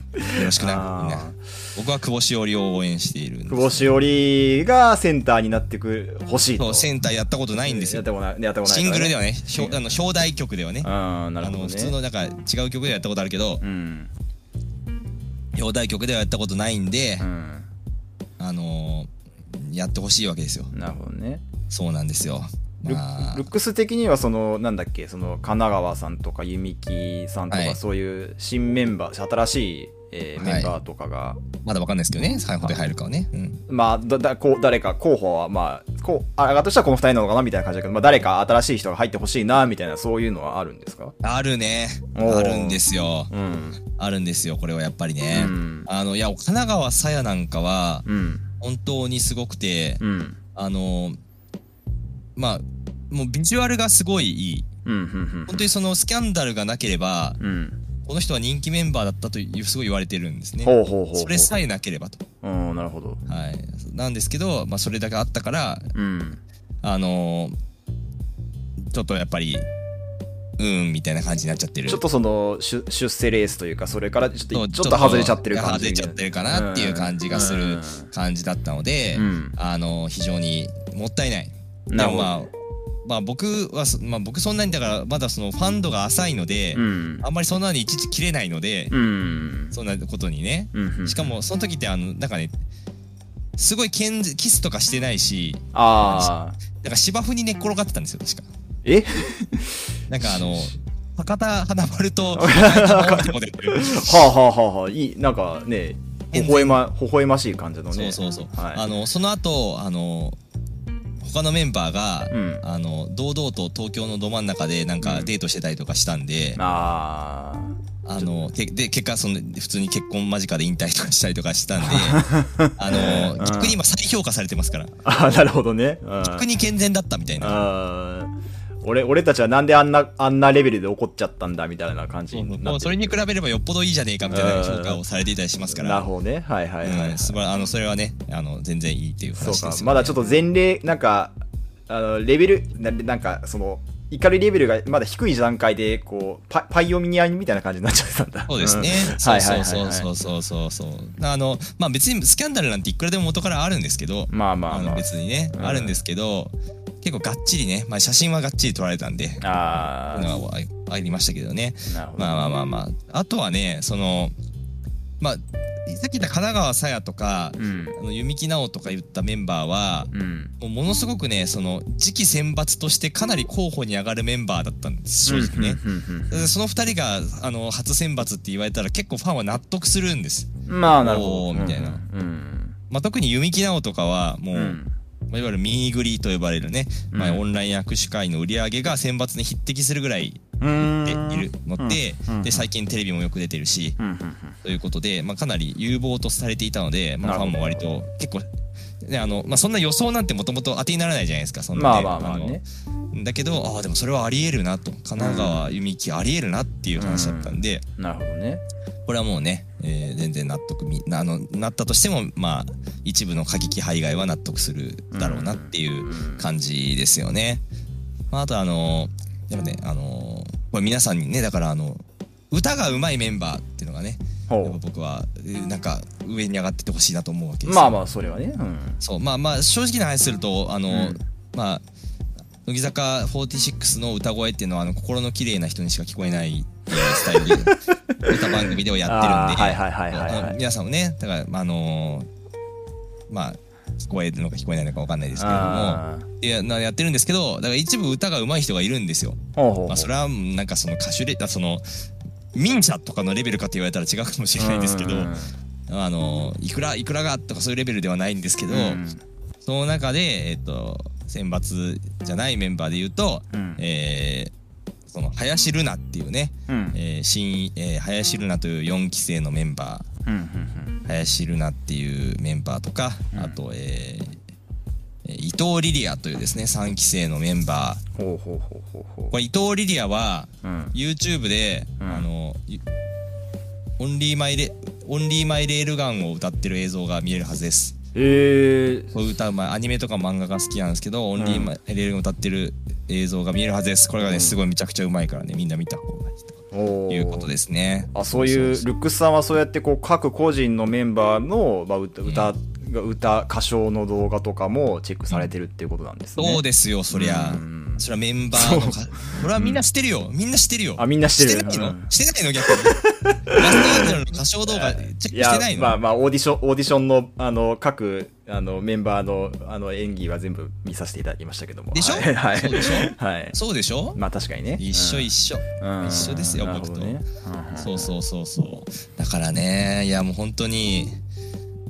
ろしくな
あー
みんな僕は久保しおりを応援しているんです
久保しおりがセンターになってく欲しい
そ
と
うセンターやったことないんです
や
よ
ったことないやったことない
シングルでは
ね
ね表あの表題曲ではね
ああなる
あ
ほど
の
ね
普通のなんか違う曲ではやったことあるけど
うん
表題曲ではやったことないんで
うん
あのーやってほしいわけですよ
なるほどね
そうなんですよ
ル
まあ
ルックス的にはそのなんだっけその神奈川さんとか弓木さんと
は
か
い
そういう新メンバー新しい、えー
はい
メンバーとかが
まだわかんないですけどね最後で入るかはねうん
まあ、だだこう誰か候補は、まあ、こうあ上がとしたらこの2人なのかなみたいな感じだけど、まあ、誰か新しい人が入ってほしいなみたいなそういうのはあるんですか
あるね
おー
あるんですよ
うん
あるんですよこれはやっぱりね
うん
あのいや神奈川さやなんかは
うん
本当にすごくて
うん
あのーまあもうビジュアルがすごいいい
うんうん
本当にそのスキャンダルがなければ
うんうん
この人は人気メンバーだったというすごい言われてるんですね。
ほうほうほうほう
それさえなければと。
うんなるほど
はい、なんですけど、まあ、それだけあったから、
うん
あのーちょっとやっぱり、うーんみたいな感じになっちゃってる。
ちょっとその出出世レースというかそれからちょっ
そ
と
う
ちょっと外れちゃってる感じ
外れちゃってるかなっていう感じがする感じだったので、
うん
あのー非常にもったいない。
なるほど
でもまあまあ、僕はそ、まあ、僕そんなにだからまだそのファンドが浅いので、
うん
あんまりそんなにいちいち切れないので、
うん
そんなことにね、
うん
しかもその時ってあのなんかねすごいけんキスとかしてないし
ああ
なんか芝生に寝っ転がってたんですよ確か
え (laughs)
なんかあの博多華丸と、大友でっていう
はあはあはあはあいいなんかね微笑ま微笑ましい感じの
そ
ね
うそうそう。
はい
あのその後あの他のメンバーが、
うん
あの堂々と東京のど真ん中でなんかデートしてたりとかしたんで、
あー
あのてで結果その普通に結婚間近で引退とかしたりとか
(laughs)
したんであの
うん
逆に今再評価されてますから
あーなるほどねうん
逆に健全だったみたいな。
あー俺俺たちはなんであんなあんなレベルで怒っちゃったんだみたいな感じ
そう
に
そ
なっ
う
て
もうそれに比べればよっぽどいいじゃねえかみたいな評価をされていたりしますか
なる
ら、
ほどねはいはいはい、
うん、素晴らあのそれはねあの全然いいっていう話
そ
で
う
すよ、
か
ね、
まだちょっと前例なんかあのレベルななんかその怒りレベルがまだ低い段階でこうパパイオニアみたいな感じになっちゃったんだ
そうですね。
ん
そ
は
う
いは
そ
いは
う
い
そう
は
そ
い
そ
う
うそうそう。あのまあ別にスキャンダルなんていくらでも元からあるんですけど、
まあまあ
あ
ま
の
あ
別にね、
うん
あるんですけど、結構がっちりね、まあ写真はがっちり撮られたんで、
あ
のはあありましたけどね。
ーなるほど、
まあまあまあまあ。あとはね、そのまあさっき言った神奈川さやとか、
うん
あの弓木奈緒とか言ったメンバーは。
うん
もうものすごくね、その次期選抜としてかなり候補に上がるメンバーだったんです、正直ね。
うんうんうん
その二人があの初選抜って言われたら結構ファンは納得するんです。
うんまあなるほど
おーみたいな
うん
まあ、特に弓木直とかはも
う
う、
ん
まあいわゆるミーグリーと呼ばれるね、
うん
まあ、オンライン握手会の売り上げが選抜に匹敵するぐらい
うん
で
うん
いるので,、
うん
で最近テレビもよく出てるし
うんうんうん
ということで、まあ、かなり有望とされていたので、まあ、フ
な
ァ
るほ
ン
ど
も割と結構。ねあのまあ、そんな予想なんてもともと当てにならないじゃないですかそんな
まあ
ね
まあまあね
のだけどああでもそれはありえるなと神奈川弓木ありえるなっていう話だったんで、
なるほどね
これはもうね、えー全然納得みなあのなったとしてもまあ一部の過激派以外は納得するだろうなっていう感じですよね。まあ、あとあのー、でもねあのーこれ皆さんにねだからあの歌が上手いメンバーっていうのがねやっぱ
ほ
僕はえーなんか上に上がってってほしいなと思うわけ
う
ですよ
まあまあそれはねうん
そうまあまあ正直な話するとあの、
うん
まあ乃木坂46の歌声っていうのはあの心の綺麗な人にしか聞こえないっていうスタイルで歌番組ではやってるんで
(laughs) あーはいはいはいはいはい
あの皆さんもねだからまああのーまあ聞こえるのか聞こえないのかわかんないですけれども
あー
いやなやってるんですけどだから一部歌が上手い人がいるんですよ。
ほうほうほ
まあ、
う
それはなんかその歌手レあそのミンチャとかのレベルかと言われたら違うかもしれないですけど、
うん
あのいくらいくらがとかそういうレベルではないんですけど、
うん
その中で、えっと、選抜じゃないメンバーで言うと、
うん
えーその林ルナっていうね、
うん
えー新えー林ルナという4期生のメンバ
うんうん
ー林ルナっていうメンバーとか、
うん
あと、えーえー伊藤リリアというですね3期生のメンバー
ほうほうほうほうほう
これ伊藤リリアは
うん
YouTube で、
うん
あのいオンリーマイレオンリーマイレールガンを歌ってる映像が見えるはずです
えー
こういう歌うまいアニメとか漫画が好きなんですけど、オンリーマイレールが歌ってる映像が見えるはずですこれがね、
うん
すごいめちゃくちゃうまいからねみんな見た方がいいと
おー
いうことですね
あそういうルックスさんはそうやってこう各個人のメンバーの、まあ、歌歌が歌歌唱の動画とかもチェックされてるっていうことなんですね。
そうですよそりゃ
うん
それはメンバーのかこれはみんなしてるよみんなしてるよ
あみんなしてる
してないうの
ん
してないの逆にラストアンジェルの歌唱動画チェック
(laughs) い
して
や
ないの
まあまあオーディションオーディションのあの各あのメンバーのあの演技は全部見させていただきましたけども。
でしょ
はいはい
そうでしょ
はい。
そうでしょ
まあ確かにね。
一緒一緒
うん
一緒ですよ僕と。
なるほどねうん
そうそうそうそうだからねいやもう本当に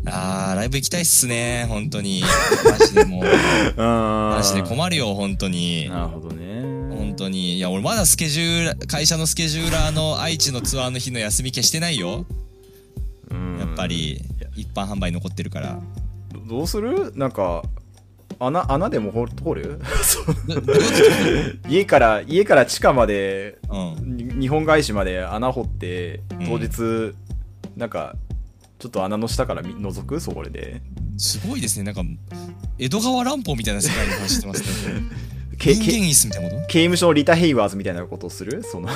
あーライブ行きたいっすね本当にマジで
(laughs)
もう
うん
マジで困るよ本当に
なるほどね。
本当にいや俺まだスケジューラー会社のスケジューラーの愛知のツアーの日の休み消してないよ
うん
やっぱり一般販売残ってるから
どどうするなんか穴穴でも掘る掘るそう
どどういう
家から家から地下まで
ことうん
に日本返しまで穴掘って
ん
当日、なんかちょっと穴の下から見覗くそこで
すごいですねなんか江戸川乱歩みたいな世界の話してますね (laughs)
け
人
け
間椅子みたいなこ
刑務所のリタ・ヘイワーズみたいなことをするその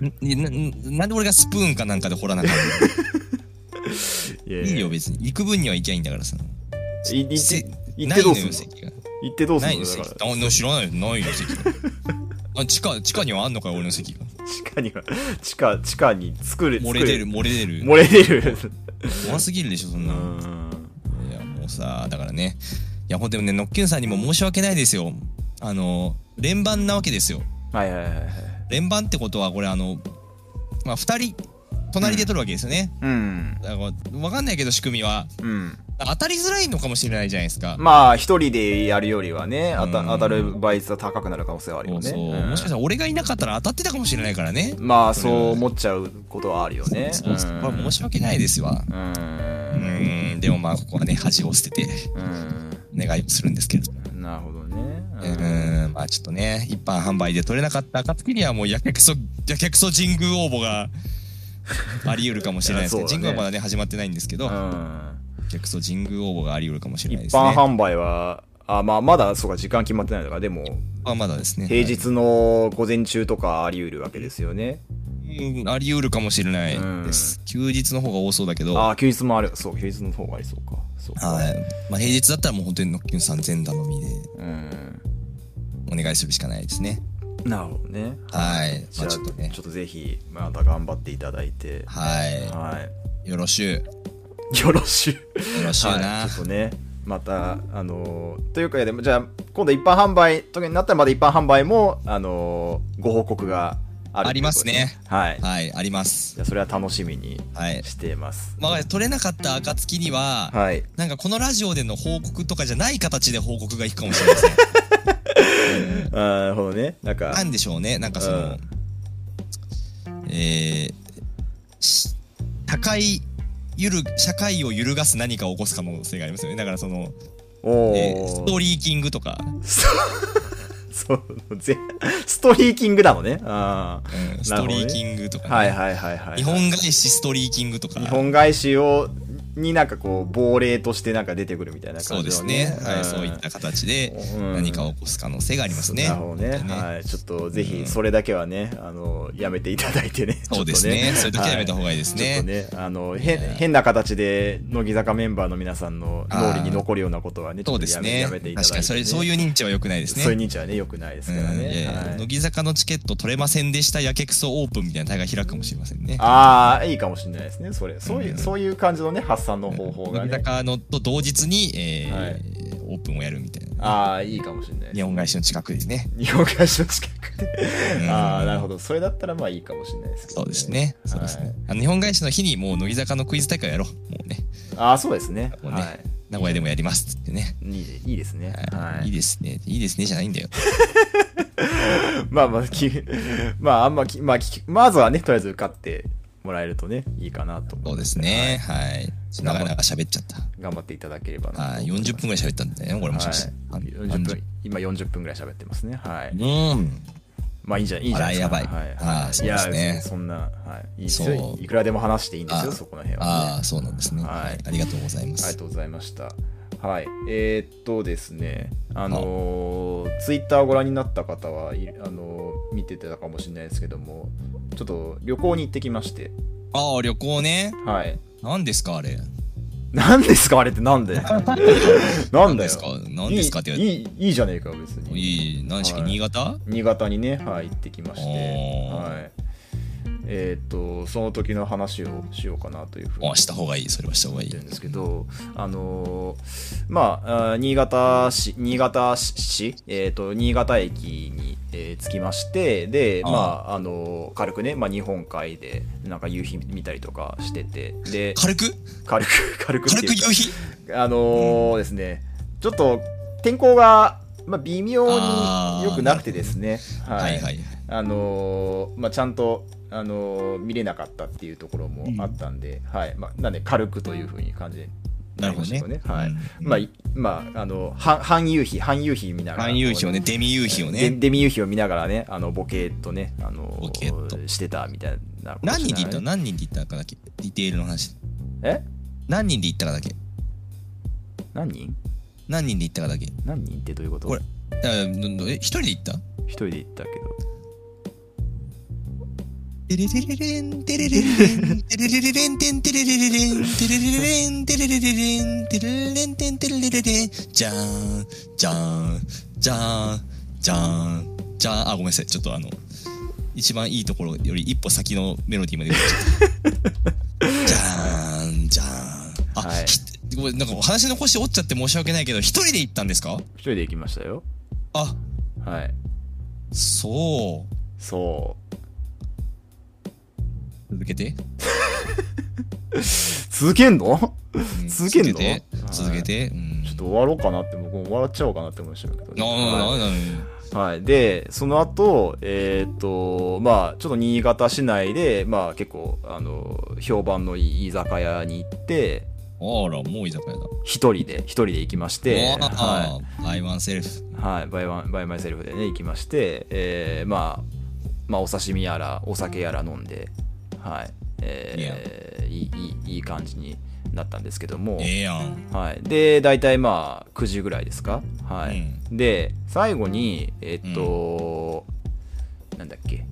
とんなななんで俺がスプーンかなんかで掘らなかったのい
いやいや
いよ別に幾分には行きゃいいんだからさ
い行っ
せ
て行ってどうすん
ないのよ
の
席が
行ってどうす
なんい
の
の
だ
席
か
あの知らないよないよ席が (laughs) あ地下地下にはあんのかよ俺の席が
ら地下には地下地下に作る
漏れ出る
作
漏れ出る
漏れ出る
怖すぎるでしょそ
うん
なの
ん
いやもうさだからねいやほんとにねノッキュンさんにも申し訳ないですよあの連番なわけですよ
あはいはいはいはい。
連番ってことはこれあの、まあ、2人隣で取るわけですよね、
うん。
だから分かんないけど仕組みは
うん。
当たりづらいのかもしれないじゃないですか、
まあ、一人でやるよりはね、あた
うん
当たる倍率は高くなる可能性はある
そ
よ
う
ね。
そう、
うん
もしかしたら俺がいなかったら当たってたかもしれないからね
まあ、そう思っちゃうことはあるよね。
そうそうこれ
ん
申し訳ないですわ
う。
うんんでもまあここはね恥を捨て (laughs) て
う
お願いをするんですけれども
ん。なるほどね。
うんまあちょっとね一般販売で取れなかった暁にはもうやけくそやけくそ神宮応募が (laughs) あり得るかもしれないですけど、
いやそ
神
うだね
宮はまだね始まってないんですけど、
う
や
ん。
けくそ神宮応募があり得るかもしれないで
一
すね
般販売は、あ、まあ、まだ、そうか、時間決まってないのか、でも、
はまだですね
平日の午前中とかあり得るわけですよね。
うんあり得るかもしれないです、休日の方が多そうだけど
ああ、休日もある。そう、休日の方がありそうか。そうか。
はい。まあ、平日だったらもう本当にノッキンさん全頼みで
うん。
お願いするしかないですね。
なるほどね。
はい。
じ
まあ
ゃあ、
ちょっとね。
ちょっとぜひ、また頑張っていただいて。
は。
はい (laughs)
よろしゅう。
い。よろしゅう。
よろしゅうな。
はい、ちょっとねまたあのーというかでもじゃあ今度一般販売時になったらまだ一般販売もあのーご報告がある
ありますね
はい、
はい、あります。
じゃあそれは楽しみに
はい。
しています
まあ、取れなかった暁には、
はい
なんかこのラジオでの報告とかじゃない形で報告がいくかもしれません。
あーなるほどねなんか
なんでしょうね。なんかその、えー、し社会、ゆる、社会を揺るがす何かを起こす可能性がありますよね。だからその、
お
えーストー
リー
リーキングとか、
そう (laughs) ぜストリーキングなのねあー
うんス
な
ト
るほどね
リーキングとかね、
はいはいはいはい
日本返しストリーキングとか。
日本返しをになんかこう亡霊としてなんか出てくるみたいな
そう
感
で
じ
す
の
ね。はい、
ん
そういった形で
うん
何かを起こす可能性がありますね。
なるほどね。
本当に
はい。ちょっとぜひ、それだけはね、あの、やめていただいてね。
(laughs) そうです
ちょ
ね。
っと
それだけやめた方がいいです
ちょ
ね。
っとね、あの、変、変な形で、乃木坂メンバーの皆さんの脳裏に残るようなことはね、ちょ
そう
っ
で
と
す
やめ
ね
やめてい。ただ
確
いて、
かにそれ、そういうう認知は良くないで
ですそういう
ね。
認知はね、良くないです
う
から
んいやい
ね。
や
はい
乃木坂のチケット取れませんでしたやけくそオープンみたいな大会開くかもしれませんね。
ああ、いいかもしれないですね。それ、そういうう、
ん
そういう感じのね、発散の方法が
乃木
ね。
坂のと同日に、えー
はい
オープンをやるみたいな。
ああ、いいかもしれないです
日。本返しの近くですね。
日本会社の近く
うん
で。ああ、なるほど。それだったら、まあいいかもしれないですけど、
そうですね。そうですね。あの日本返しの日にもう乃木坂のクイズ大会をやろう。もうね。
はい。ああ、そうですね。
もうね
はい。
名古屋でもやりますっつってね。
いいでいいですね。はい
い
い。
ですね。いいですねじゃないんだよ。
まあまあ、き (laughs) まあ、あんまき、まあ、きまずはね、とりあえず受かってもらえるとね、いいかなと思い
そう
ま
です。ね。はい。
頑張
長々喋っちゃっ
はい頑張っていただければ
た。
なと
はい。
思います。
40分ぐらい喋ったんだよね。これもしかして。
はい、40
半
分。今40分ぐらい喋ってますね。は
う
い。
ん。
まあいいんじゃないいいんじゃないですか。
あらやばい
はい。
あーそうですね
いや別にそんな、はい。いいです
そ
よ
う。
いくらでも話していいんですよ、
あ
そこの辺は、ね。
ああ、そうなんですね。
はい
はい。ありがとうございま
ありが
す。
とうございました。はい。えーっとですね、あのーツイッターをご覧になった方はい、あのー見てたかもしれないですけども、ちょっと旅行に行ってきまして、
ああ、旅行ね。
はい。
何ですか、あれ。
なんですかあれってなんで
(laughs)
な
何
んだ
で
よ
すか何ですかって
いいいいいいじゃねえか別に
いい、何しか、
はい
新潟
新潟にね、はい、行ってきまして、
おー
はい、えーっとその時の話をしようかなというふうに
あした方がいい。それはした方がい
っ
い
てる。んですけど、あのーまあ、あー新潟市、新潟市、えっ、と、新潟駅に、えー着きまして、で、
あ
ま
ー
あ、あのー軽くね、まあ、日本海で、なんか夕日見たりとかしてて、で、
軽く
軽く、 (laughs) 軽くっ
軽
て
く
いうか
夕日
あのーですね、ちょっと天候が、まあ、微妙
あ
に
ー
良くなくてですね、
は
はい
はい。
あのーまあ、ちゃんと、あのー見れなかったっていうところもあったんで、はいまあ、なんで軽くというふうに感じに
な
な
るほど
りましたよ
ね
ね。。はい
うん
まあ、いまあ、あの、半半夕日、半夕日見ながら。
半夕日をね、
こ
デミ夕日を
う
ね
デ。デミ夕日を見ながらね、あの、ボケーっとね、あのー
ボケーっと
してたみたいなことしながら
何
ね。
人で行った何人で行ったかだけ。ディテールの話。
え
何人で行ったかだけ。
何人
何人で行ったかだけ。
何人ってどういうこと
これだからどどえ、一人で行った
一人で行ったけ
テレレレレンテレレレレンテレレレレンテンテレレレレンテレレレレンテレレレレンテレレレレンテンテレレレレンじゃーんじゃーんじゃーんじゃーんじゃーんあごめんなさいちょっとあの一番いいところより一歩先のメロディーまで出てきちゃったじゃーんじゃーんあ、
はい
ひごめんなんか話の腰折っちゃって申し訳ないけど一人で行ったんですか
ど、一人で行きましたよ。
あ
はい。
そ
そう
続けて、
う続けんの
うん
続けん
続
の
けて続けて、うん
ちょっと終わろうかなって僕も笑っちゃおうかなって思いましたけど、
あ
は、
あない
はいでその後えーっとまあちょっと新潟市内でまあ結構あの評判のいい居酒屋に行って
あらもう居酒屋だ
一人で一人で行きまして
あ
はい
あアイワンセルフ
はい、バイワンバイマイセルフでね行きまして、えーまあ、まあお刺身やらお酒やら飲んで、はいえーいいいいいい感じになったんですけども、
ええやん
はい、で大体まあ9時ぐらいですか、はい
うん
で最後にえっと、なんだっけ、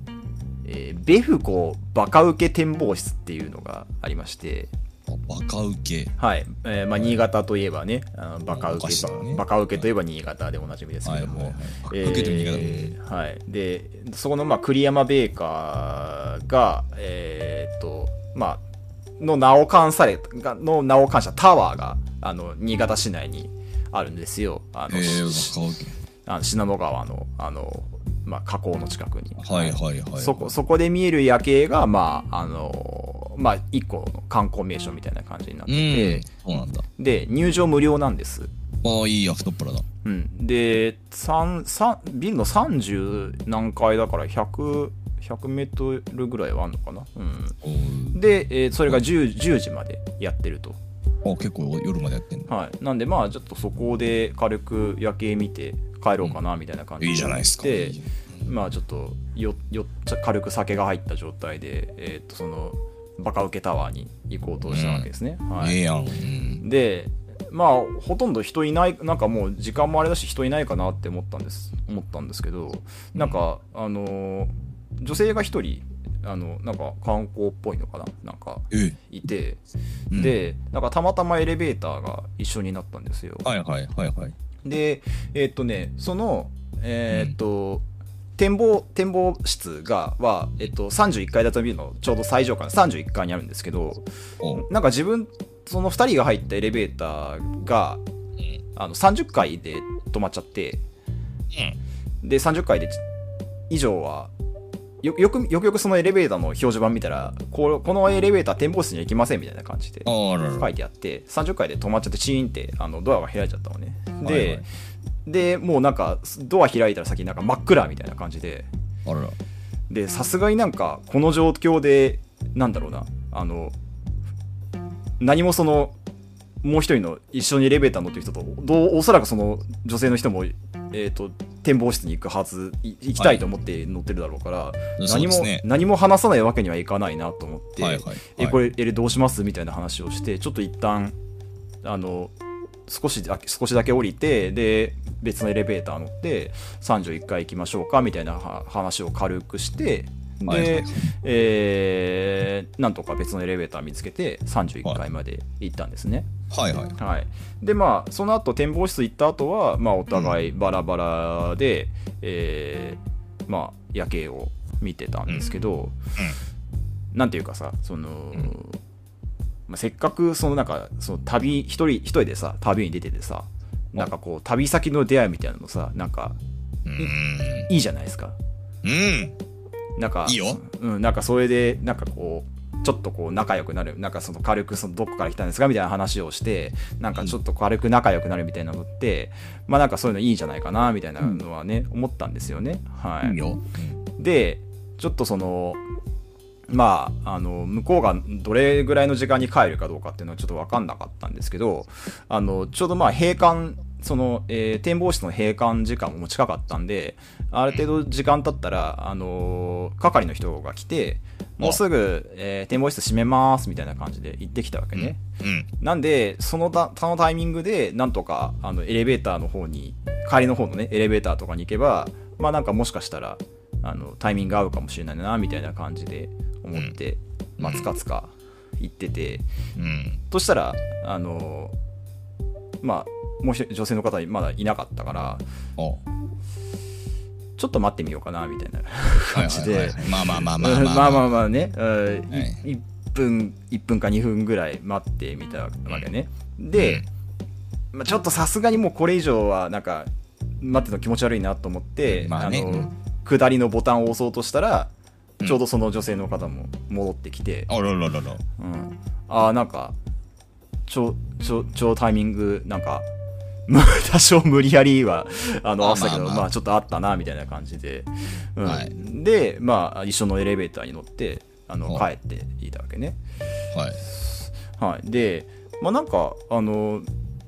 えーベフコバカウケ展望室っていうのがありまして、
あバカウケ
はい、えーまあ、新潟といえばね、あのバカウ
お菓
ケ
子だ、ね
バカウケといえば新潟でおなじみですけども、
はいはいはいバカウケといえば新
潟、はい、で、そこの、まあ、栗山ベーカーが、えーっと、まあ、の名を冠され、がの名を冠したタワーが、あの、新潟市内にあるんですよ。あ
え
の、
え
し
バカウケ
あの信濃川の、あの、まあ、河口の近くに。
はいはいはい
そこそこで見える夜景が、まあ、あの、まあ、一個の観光名所みたいな感じになっ
う
て
ん、
て、
そうなんだ
で、入場無料なんです。
ああいいや太っ腹だ
うん。で、三三ビルの30何階だから100、100メートルぐらいはあるのかな。う
おー
ん。で、えーそれが 10, 10時までやってると。
あ結構夜までやってんだ
はい。なんで、まあ、ちょっとそこで軽く夜景見て帰ろうかな、みたいな感じ
いいじゃないですか
で、まあ、ちょっとよ、よっちゃ軽く酒が入った状態で、えーっと、その、バカウケタワーに行こうとしたわけですね。はい。
ええやん、うん、
でまあほとんど人いないなんかもう時間もあれだし人いないかなって思ったんです思ったんですけどなんか、あのー女性が一人あのなんか観光っぽいのかななんか
え
いて、
うん
でなんかたまたまエレベーターが一緒になったんですよ、
はいはいはいはい
でえーっとねそのえーっと、展望展望室がは、えっと、31階建てビルのちょうど最上階31階にあるんですけど、
おう
なんか自分その2人が入ったエレベーターがあの30階で止まっちゃってで30階で以上はよよくよくよくそのエレベーターの表示板見たらここのエレベーター展望室には行きませんみたいな感じで
あらら
書いてあって30階で止まっちゃってチーンってあのドアが開いちゃったのねで、
はいはい
でもうなんかドア開いたら先なんか真っ暗みたいな感じで
あらら
でさすがになんかこの状況でなんだろうなあの何もそのもう一人の一緒にエレベーター乗ってる人とどうおそらくその女性の人も、えー、と展望室に行くはずい行きたいと思って乗ってるだろうから、
そう
何
で
も
すね
何も話さないわけにはいかないなと思って、
はいはいはい
えこれえどうしますみたいな話をしてちょっと一旦あの少しだけ少しだけ降りてで別のエレベーター乗って31階行きましょうかみたいなは話を軽くしてで、
はいはいはい
えーなんとか別のエレベーター見つけて31階まで行ったんですね。
はいはい
はい、でまあその後展望室行った後はまあお互いバラバラで、えーまあ夜景を見てたんですけど、なんていうかさその、
ん
まあ、せっかくそのなんかその旅一人一人でさ旅に出ててさなんかこう旅先の出会いみたいなのさなんか
うん
いいじゃないですか
うん
なんか
いいよ
うん、なんかそれでなんかこうちょっとこう仲良くなるなんかその軽くそのどこから来たんですかみたいな話をしてなんかちょっと軽く仲良くなるみたいなのって、まあなんかそういうのいいんじゃないかなみたいなのはね、思ったんですよねは
い
い
いよ
でちょっとそのまああの向こうがどれぐらいの時間に帰るかどうかっていうのはちょっと分かんなかったんですけどあのちょうどまあ閉館その、えー展望室の閉館時間も近かったんである程度時間経ったら、あのー係の人が来てもうすぐ、えー展望室閉めますみたいな感じで行ってきたわけね。
うん
なんで、そのた他のタイミングで、なんとかあのエレベーターの方に、帰りの方のね、エレベーターとかに行けば、まあなんかもしかしたら、あのタイミング合うかもしれないな、みたいな感じで思って、まあつかつか行ってて、
うん
としたら、あの、まあ、もう一人女性の方まだいなかったから、
お
ちょっと待ってみようかな、みたいな
はい
感じ
はいはい
で
は、いまあまあまあま
ま
あ
あ (laughs) まあま
あ
あまあね、うん
はい
い一分1分か2分ぐらい待ってみたわけね、で、まあ、ちょっとさすがにもうこれ以上はなんか待ってるの気持ち悪いなと思って、
まあね
の
うん
下りのボタンを押そうとしたら、
うん
ちょうどその女性の方も戻ってきて、
あらららら。
うん、ああなんか超超超タイミングなんかまあ (laughs) 多少無理やりはあの
ま
あ
あ
ったけ
まあ
ど
まあ
まあちょっとあったなみたいな感じで、うん
はい
でまあ一緒のエレベーターに乗ってあの帰
は
っていたわけね、
はい。
はい、でまあなんかあの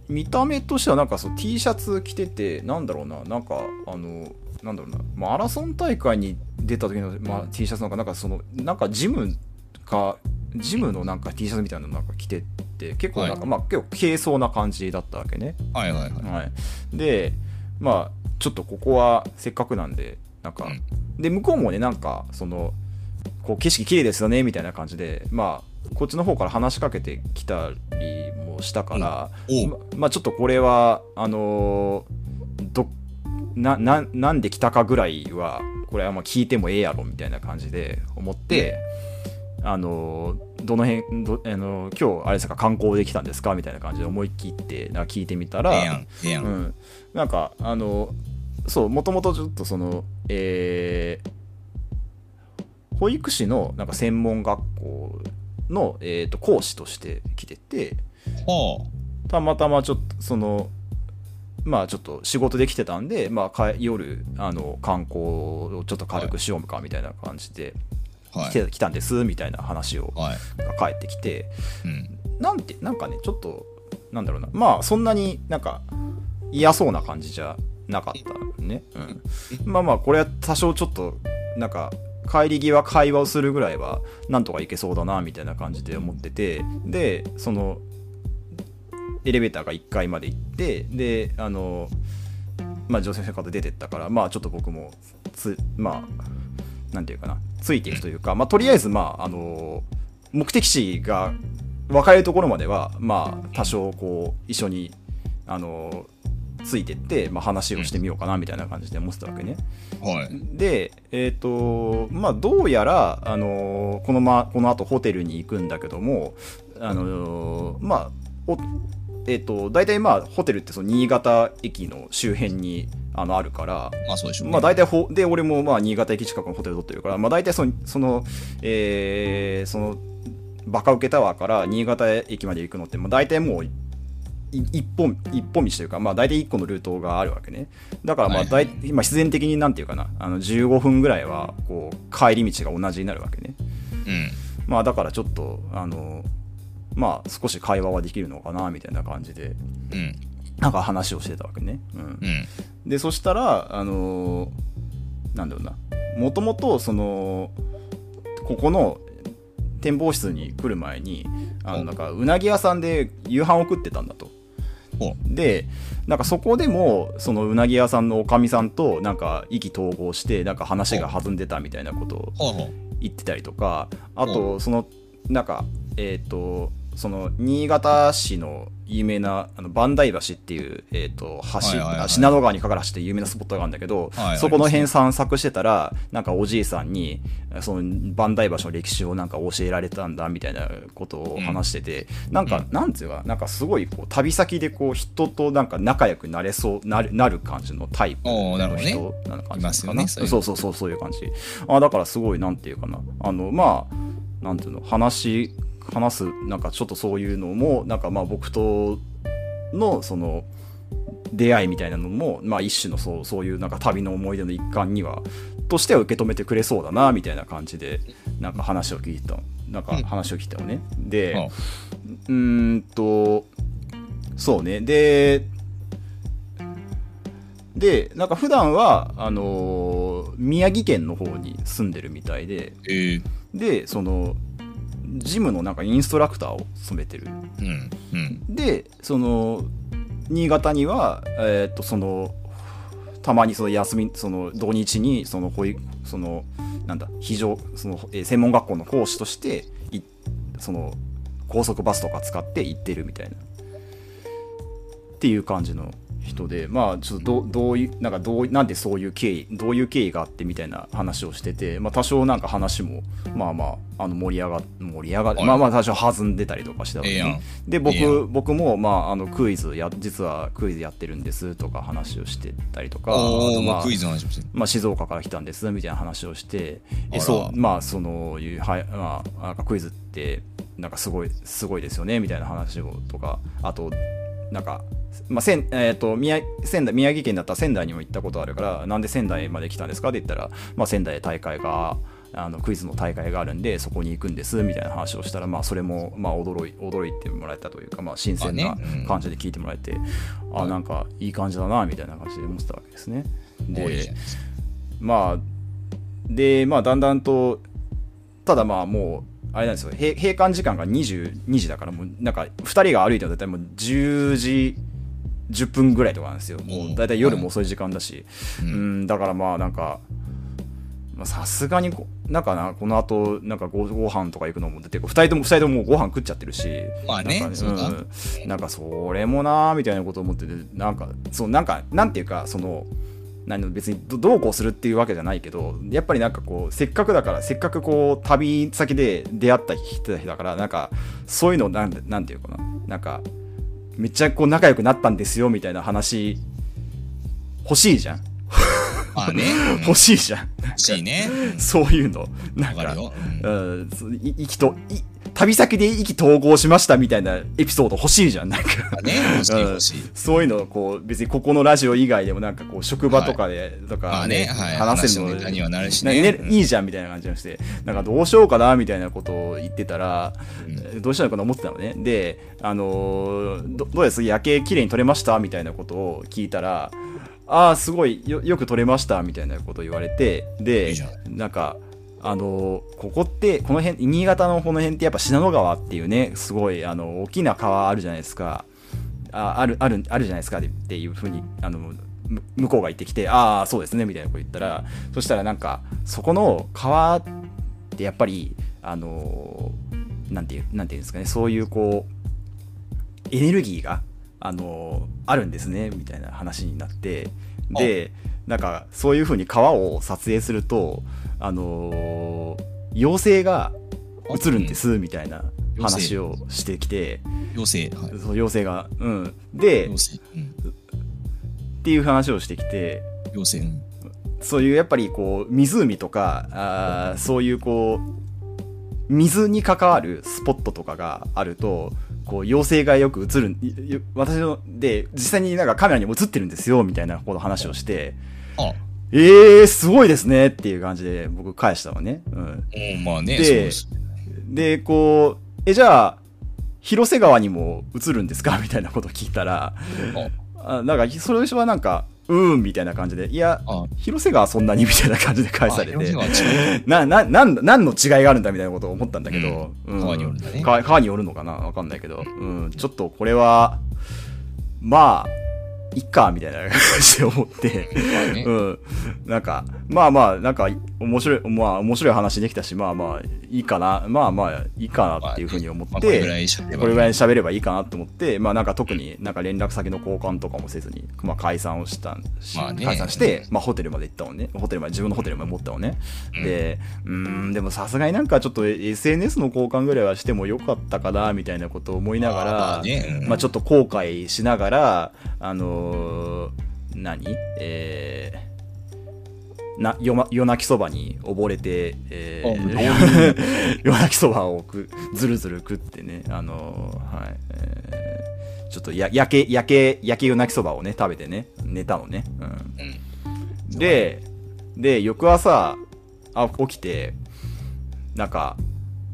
見た目としてはなんかそう T シャツ着ててなんだろうななんかあのなんだろうなマラソン大会に出た時の、まあ、T シャツなんかなんかそのなんかジムかジムのなんか T シャツみたいなのなんか着てって結構なんか、
は
まあ結構軽装な感じだったわけね、
はいはいはい。
はい、でまあちょっとここはせっかくなんでなんか、
うん
で向こうもねなんかそのこう景色綺麗ですよねみたいな感じでまあこっちの方から話しかけてきたりもしたから、
お
ままあちょっとこれはあのーどなななんで来たかぐらいはこれはまあ聞いてもええやろみたいな感じで思って、あのーどの辺ど、あのー今日あれですか観光できたんですかみたいな感じで思い切ってなんか聞いてみたら、
ええやん、ええや。
うんん、なんかあのそうもともとちょっとそのえー保育士のなんか専門学校の、えー、と講師として来てて
ほう。
たまたまちょっとそのまあちょっと仕事できてたんで、まあ、か夜あの観光をちょっと軽くしようかみたいな感じで
は
来
い。
て、来たんですみたいな話を
はい。
が返ってきて、
うん。
なんてなんかねちょっとなんだろうなまあそんなになんか嫌そうな感じじゃなかったね、うん、まあまあこれは多少ちょっとなんか帰り際会話をするぐらいはなんとかいけそうだなみたいな感じで思っててでそのエレベーターが1階まで行ってであのまあ女性の方出てったからまあちょっと僕もつまあなんていうかなついていくというかまあとりあえずまああの目的地が分かれるところまではまあ多少こう一緒にあのついてって、まあ、話をしてみようかなみたいな感じで思ってたわけね。
はい。
で、えっとまあ、どうやら、あのこのま、この後ホテルに行くんだけども、あのまあおえっと大体、まあ、ホテルってその新潟駅の周辺にあのあるから、
まあそうでしょうね。
まあ、大体ほで俺もまあ新潟駅近くのホテル取ってるから、まあ、大体そのその,、えーそのバカウケタワーから新潟駅まで行くのって、まあ、大体もうい一本一本道というか、まあ、大体1個のルートがあるわけねだからまあ
はいは
大、
い
今必然的になんていうかなあの15分ぐらいはこう帰り道が同じになるわけね
うん。
まあだからちょっとあのまあ少し会話はできるのかなみたいな感じで
うん。
なんか話をしてたわけね、うん
う、ん。
でそしたらあのーなんだろうなもともとそのここの展望室に来る前にあの
お
なんかうなぎ屋さんで夕飯を食ってたんだと
ほう。
でなんかそこでもそのうなぎ屋さんのおかみさんとなんか意気投合してなんか話が弾んでたみたいなことを
ほうほう。
行ってたりとかあとそのなんかえっ、とその新潟市の有名なあの万代橋っていう、えー、と橋、
はいはいはい
あ信濃川にかかる橋っていう有名なスポットがあるんだけど、
はい
そこの
あり
辺散策してたらなんかおじいさんにその万代橋の歴史をなんか教えられたんだみたいなことを話してて、なんか、
う
なんつうかなんかすごいこう旅先でこう人となんか仲良くなれそうなるなる感じのタイプ
おーなるほ
の
どね
人なのか
い
な
ますよねそういうの
そうそうそうそういう感じあだからすごいなんていうかなあのまあなんていうの話話すなんかちょっとそういうのもなんかまあ僕とのその出会いみたいなのも、まあ、一種のそうそういうなんか旅の思い出の一環にはとしては受け止めてくれそうだなみたいな感じでなんか話を聞いたなんか
うん
話を聞いたのね。で、
ほう
うーんとそうねででなんか普段はあのー宮城県の方に住んでるみたいで
ええ。
でそのジムのなんかインストラクターを務めてる
うん。うん。
でその新潟にはえーっとそのたまにその休みその土日にその保育そのなんだ非常その、えー専門学校の講師としていその高速バスとか使って行ってるみたいなってっていう感じの人でまあちょっとどどういうなんかどうなんでそういう経緯どういう経緯があってみたいな話をしてて、まあ、多少なんか話もまあまああの盛り上が盛り上が
はい
まあまあ多少弾んでたりとかしてたの
ええ
で、
やん
で僕
ええや
僕も、まあ、あのクイズや実はクイズやってるんですとか話をしてたりとかあ
お
と
お、
ま
も
あ
うクイズの話もしてる。
まあ、静岡から来たんですみたいな話をして
あ
え
ら
そうまあそのいう、はいまあ、なんかクイズってなんかすごいすごいですよねみたいな話をとかあとなんか、まあせんえー、と宮仙台宮城県だったら仙台にも行ったことあるからなんで仙台まで来たんですかって言ったら、まあ、仙台で大会があのクイズの大会があるんでそこに行くんですみたいな話をしたら、まあ、それも、まあ、驚い驚いてもらえたというか、まあ、新鮮な
あねうん
感じで聞いてもらえて、あ,、なんかいい感じだなみたいな感じで思ってたわけですね。で
おーいいじゃないですか
まあでまあだんだんとただまあもうあれなんですよ閉閉館時間が22時だからもうなんか2人が歩いても大体もう10時10分ぐらいとかなんですよもう大体夜も遅い時間だし、
うん
うんだからまあなんかまあさすがにこなんかなこの後なんかごご飯とか行くのも出て2人とも二人とももうご飯食っちゃってるし
まあね
なんか
そうだ
ん、なんかそれもなーみたいなこと思っててなんかそうなんかなんていうかその何の別にどどうこうするっていうわけじゃないけどやっぱりなんかこうせっかくだからせっかくこう旅先で出会った人だからなんかそういうのなんてなんていうかななんかめっちゃこう仲良くなったんですよみたいな話欲しいじゃん
まあね、
欲しいじゃん
欲しいね。
そういうのな
うんんわか
か
るよ。
うんそうい意気とい旅先で意気投合しましたみたいなエピソード欲しいじゃんなんか
うんね、欲しい欲しい。
そういうのをこう別にここのラジオ以外でもなんかこう職場とかで、と
ま
か
あ
ね、
ね、はい。
話せる
の
の
ネタにはなるし
なんか
ね。
ね
うん
いいじゃんみたいな感じがしてなんかどうしようかなみたいなことを言ってたら、
う
どうしたのかな思ってたのねで、あのーどどうです夜景綺麗に撮れましたみたいなことを聞いたらああすごいよよく撮れましたみたいなことを言われてで
いいじゃ
なんかあのーここってこの辺新潟のこの辺ってやっぱ信濃川っていうねすごいあの大きな川あるじゃないですか。ああるあるあるじゃないですかってっていうふうにあのむ向こうが言ってきてああそうですねみたいなこと言ったらそしたらなんかそこの川ってやっぱりあのーなんていうなんていうんですかねそういうこうエネルギーがあのーあるんですねみたいな話になってでなんかそういうふうに川を撮影するとあのー妖精が映るんですみたいな話をしてきて。
妖精。はい
そう妖精が。うん、でっ
妖精。うん
ていう話をしてきて
妖精。うん
そういうやっぱりこう湖とかあーそういうこう水に関わるスポットとかがあるとこう妖精がよく映るいい私ので実際になんかカメラにも映ってるんですよみたいなこと話をして。
あ、
えー、すごいですねっていう感じで僕返したのね。うん、
うんまあね、
で
そうです。
でこうえじゃあ広瀬川にも映るんですかみ (laughs) たいなことを聞いたら
あ
あなんかそれはなんかうーんみたいな感じでいや
あ、
広瀬川そんなにみたいな感じで返され
あ
て
表現は違う
(laughs) なななん何の違いがあるんだみたいなことを思ったんだけど、
うん
うん
川によるんだね
川川によるのかなわかんないけど、うん、ちょっとこれはまあいっかみたいな (laughs) 感じで思って。
まあね
うん、なんかまあまあなんか面白いまあ面白い話できたしまあまあいいかなまあまあいいかなっていうふうに思って、
まあこれぐらい喋れば
これぐらい喋ればいいかなと思ってまあなんか特になんか連絡先の交換とかもせずに、まあ、解散をしたんし、
まあね
解散して、まあ、ホテルまで行ったのねホテルまで自分のホテルまで持ったのね、でうーんでもさすがになんかちょっと SNS の交換ぐらいはしてもよかったかなみたいなことを思いながら、
まあねうん
まあ、ちょっと後悔しながらあのー何えーな夜ま夜泣きそばに溺れて、えー
あもうどう
(laughs) 夜泣きそばをくずるずる食ってね、あのーはいえーちょっとや焼け焼け焼け夜泣きそばをね食べてね寝たのね、うんでで翌朝あ起きてなんか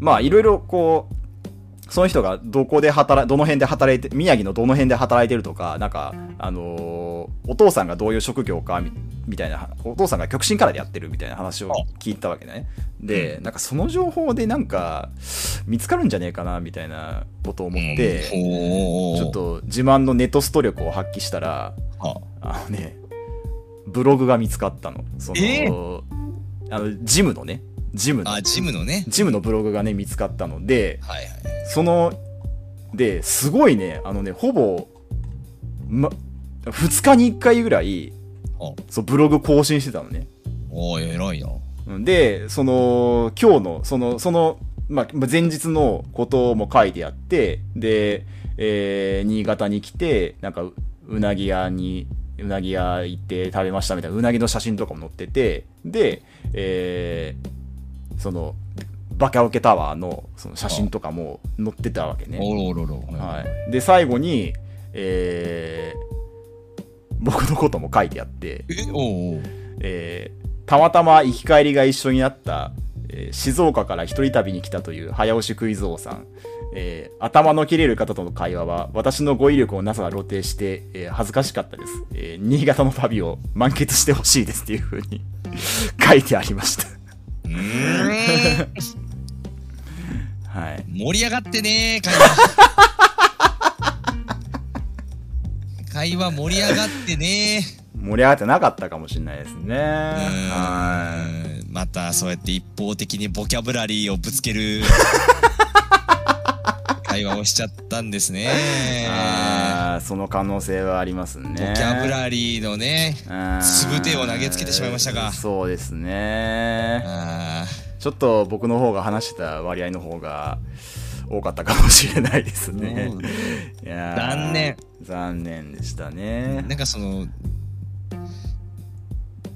まあいろいろこうその人がどこで働いどの辺で働いて宮城のどの辺で働いてるとかなんかあのーお父さんがどういう職業かみみたいなお父さんが極真からでやってるみたいな話を聞いたわけねでなんかその情報でなんか見つかるんじゃねえかなみたいなことを思って
うんおー
ちょっと自慢のネトスト力を発揮したら
あ
あのね、ブログが見つかったの。その、
え
あの、ジムのね、ジムの
あ、、ジムのね。
ジムのブログがね、見つかったので、
はいはい。
その、で、すごいね、あのね、ほぼ、ま、2日に1回ぐらい
あ
そうブログ更新してたのね
おー偉いな
うんでその今日のそのその、まあ、まあ前日のことも書いてやってで、えー新潟に来てなんかううなぎ屋にうなぎ屋行って食べましたみたいなうなぎの写真とかも載っててで、えーそのバカオケタワーのその写真とかも載ってたわけね。
おろおろろ
はい、で最後に、えー僕のことも書いてあって、
えおうおう
(laughs) えーたまたま行き帰りが一緒になった、えー静岡から一人旅に来たという早押しクイズ王さん、えー頭の切れる方との会話は私の語彙力をなさが露呈して、えー恥ずかしかったです、えー新潟の旅を満喫してほしいですっていうふうに (laughs) 書いてありまし
う
た
ーん
はい
盛り上がってねー会話会話盛り上がってねー
盛り上がってなかったかもしれないですね
う
はい
ーんまたそうやって一方的にボキャブラリーをぶつけ
(laughs)
る会話をしちゃったんですね
あーその可能性はありますね。
ボキャブラリーのね
す
全てを投げつけてしまいましたが
そうですね。
あ
ちょっと僕の方が話してた割合の方が多かったかもしれないですね
そう。
いやー
残念。
残念でした
ー
ね
(laughs) な。んかその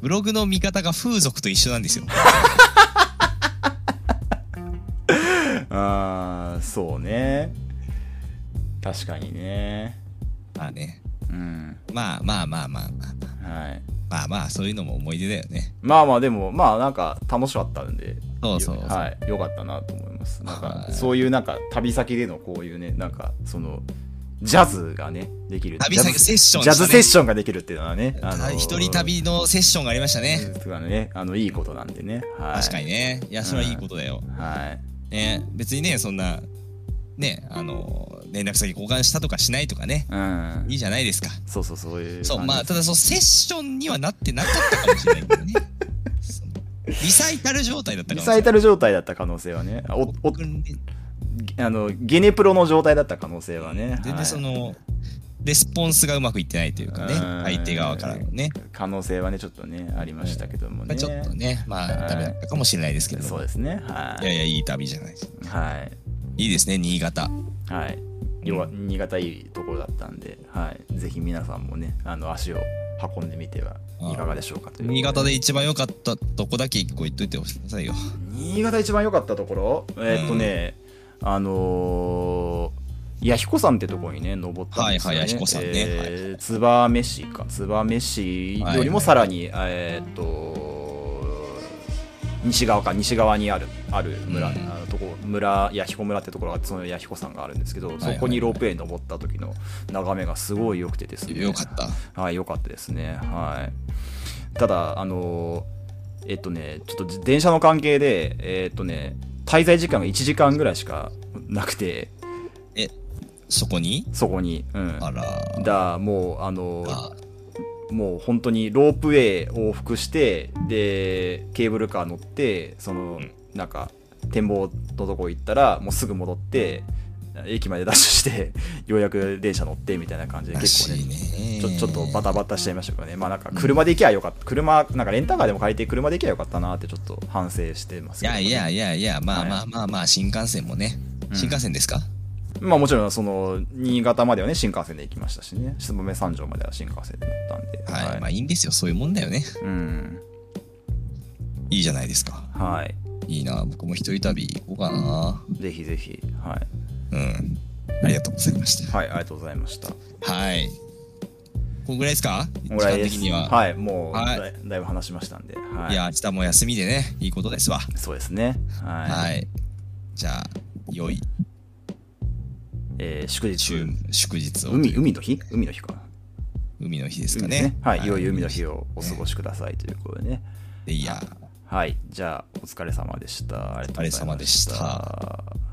ブログの見方が風俗と一緒なんですよ
(laughs) あーそうね。確かにね。
まあね
うん。
まあまあまあまあまあ
はい。
まあまあそういうのも思い出だよね
まあまあでもまあなんか楽しかったんで
そうそうそう
はい、よかったなと思いますなん
は
か
い
そういうなんか旅先でのこういうねなんかそのジャズがねできる
旅先
ジャズ
セッション
ジャズセッ
ョン
ションができるっていうのはね
はい一人旅のセッションがありましたね
とかねあのいいことなんでね、はい、
確かにねいやそれはいいことだよ
はい
ね別にねそんなねあの連絡先交換したとかしないとかね
うん
いいじゃないですか
そうそうそういう
そうまあ
感じ
ただそのセッションにはなってなかったかもしれない
(laughs)
けどねそのリサイタル状態だったか
リ
もし
サ
れ
イ
ない
タル状態だった可能性はねおお
僕ね
あのゲネプロの状態だった可能性はね
全
は
然
い
そのレスポンスがうまくいってないというかね
うん
相手側からのね
可能性はねちょっとねありましたけども
ま
ね、
あちょっとねま
は
あ
い
ダメだったかもしれないですけど
そうですねはい
やいやいい旅じゃないです
いはい
いいですね新潟
はい。要は新潟いいところだったんで、はい、ぜひ皆さんもね、あの足を運んでみてはいかがでしょうかという。
新潟で一番良かったとこだけ一個言っといてくださいよ
新潟一番良かったところ、えーっとね、あのー、弥彦山ってとこにね、登ったんですよね。
はいはい弥彦山ね
えー燕市か、燕市よりもさらに、えーっと、西側か、西側にある、ある村、
うん
あのとこ、村、弥彦村ってところが、その弥彦山があるんですけど、そこにロープウェイに登った時の眺めがすごい良くてですね。
よかった
はい、良かったですね。はい。ただ、あのーえっとね、ちょっと電車の関係で、えっとね、滞在時間が1時間ぐらいしかなくて、
そこに
そこに。うん。
あ
だかららもう、あのー
あ
もう本当にロープウェイ往復して、で、ケーブルカー乗って、その、
うん
なんか、展望のとこ行ったら、もうすぐ戻って、駅までダッシュして、ようやく電車乗ってみたいな感じで、
ら
結構
し
ね
い、ね
ちょちょっとバタバタしちゃいましたけどね、まあ、なんか車で行きゃよかった、車、なんかレンタカーでも借りて、車で行きゃよかったなってちょっと反省してます
い
けど、
やいやいやいやまあ
はい
まあまあまあ新幹線もね
うん
新幹線ですか
まあもちろん、その、新潟まではね、新幹線で行きましたしね、つばめ三条までは新幹線で乗ったんで、
はいまあいいんですよそういうもんだよね
うん、
いいじゃないですか
はい、
いいな僕も一人旅行こうかな
ぜひぜひ、はい、
うんありがとうございました
はい、ありがとうございました。
はい。こんぐらいですか時
もら
間
いで
的
す。
には。
はい、もうだ
はい、
い、だいぶ話しましたんで、はいい、
や、明日も休みでね、いいことですわ。
そうですね、はい、
はい。じゃあ、良い
えー祝日
週、祝日を。
海、海の日海の日か。
海の日ですか
海
ね。
ですはい、良い海の日をお過ごしくださいということでね。
でいや、
はい、じゃあお疲れ様でした。ありがとうございま。
お疲れ様でした